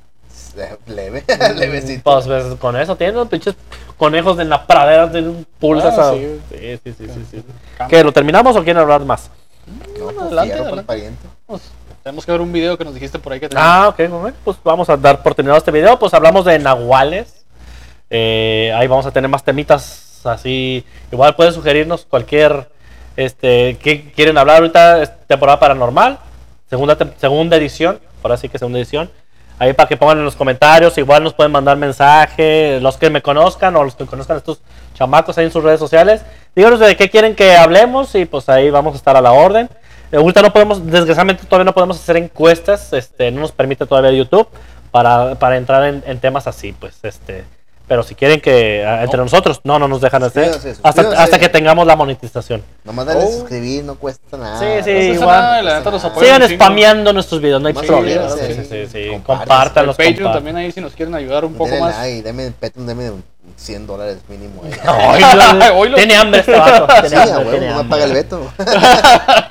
Eh, [LAUGHS] Leve, [LAUGHS] levecito. Pues, pues, con eso tienen los pinches conejos en la pradera, tienen pulsas. Ah, a- sí. sí, sí, sí, sí, sí. Cambia. ¿Qué? ¿Lo terminamos o quieren hablar más? No, pues, adelante, fierro adelante. pa'l pariente. Pues, tenemos que ver un video que nos dijiste por ahí que teníamos. Ah, ok, bueno, pues vamos a dar por terminado este video. Pues hablamos de nahuales. Eh, ahí vamos a tener más temitas así. Igual pueden sugerirnos cualquier. Este, ¿Qué quieren hablar ahorita? Es temporada paranormal. Segunda, tem- segunda edición. Ahora sí que segunda edición. Ahí para que pongan en los comentarios. Igual nos pueden mandar mensaje. Los que me conozcan o los que conozcan a estos chamacos ahí en sus redes sociales. Díganos de qué quieren que hablemos y pues ahí vamos a estar a la orden. Eh, Ahorita no podemos, desgraciadamente todavía no podemos hacer encuestas, este, no nos permite todavía YouTube para, para entrar en, en temas así, pues, este, pero si quieren que ah, entre No. nosotros, no, no nos dejan hacer Suscríbanse, hasta, suscríbanse. hasta que tengamos la monetización. Nomás dale Oh. suscribir, no cuesta nada. Sí, sí, No se No hace cuesta igual. nada, nada, la neta, los nada. apoyo. Bueno, Sigan sí, spameando nuestros videos, no hay Sí, problema. sí, Sí, sí, sí, sí, sí, compártanlos. Compártanlos, ¿eh? el Patreon compártanlos. también ahí si nos quieren ayudar un poco Denle más. like, deme el Patreon, deme un 100 dólares mínimo. ahí. [LAUGHS] Ay, lo- Hoy lo- Tiene hambre [LAUGHS] este vato. Tiene Sí, hambre, a huevo, tiene no hambre. paga el veto. [LAUGHS] [LAUGHS]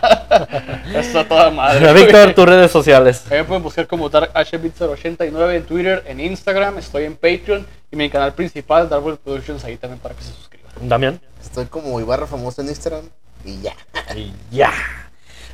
Está toda madre. Víctor, tus redes sociales. Ahí me pueden buscar como DarkHBit089 en Twitter, en Instagram, estoy en Patreon y mi canal principal, Darwell Productions, ahí también para que se suscriban. Damián. Estoy como Ibarra famoso en Instagram y ya. Y ya.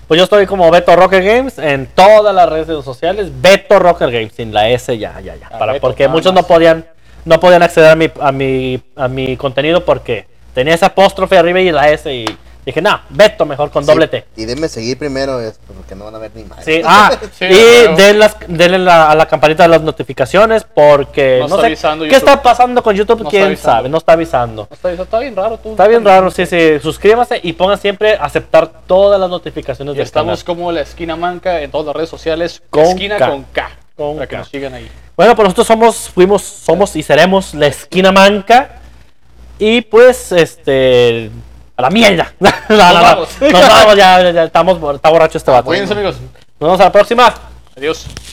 Pues yo estoy como Beto Rocker Games en todas las redes sociales. Beto Rocker Games, sin la S, ya, ya, ya. Ah, Para, Beto, porque nada muchos más. no podían, no podían acceder a mi, a, mi, a mi contenido porque tenía ese apóstrofe arriba y la S. Y dije, no, Beto mejor con doble Sí, T. Y deme seguir primero, es- porque no van a ver ni más. Sí, [LAUGHS] ah, Sí, y claro. den las- denle la- a la campanita de las notificaciones porque No no, está sé avisando qué YouTube. está pasando con YouTube, No está quién avisando. sabe, no está avisando. Está, está bien raro tú. Está bien raro, sí, sí, suscríbase y pongan siempre aceptar todas las notificaciones Y del estamos canal. como la esquina manca en todas las redes sociales. Con esquina K. con K. Con para que K. nos sigan ahí. Bueno, pues nosotros somos, fuimos, somos y seremos la esquina manca. Y pues, este. A la mierda. [LAUGHS] No, no, no. vamos. Nos vamos, ya, ya, ya, estamos, bor- está borracho este vato. Cuídense, amigos. Nos vemos a la próxima. Adiós.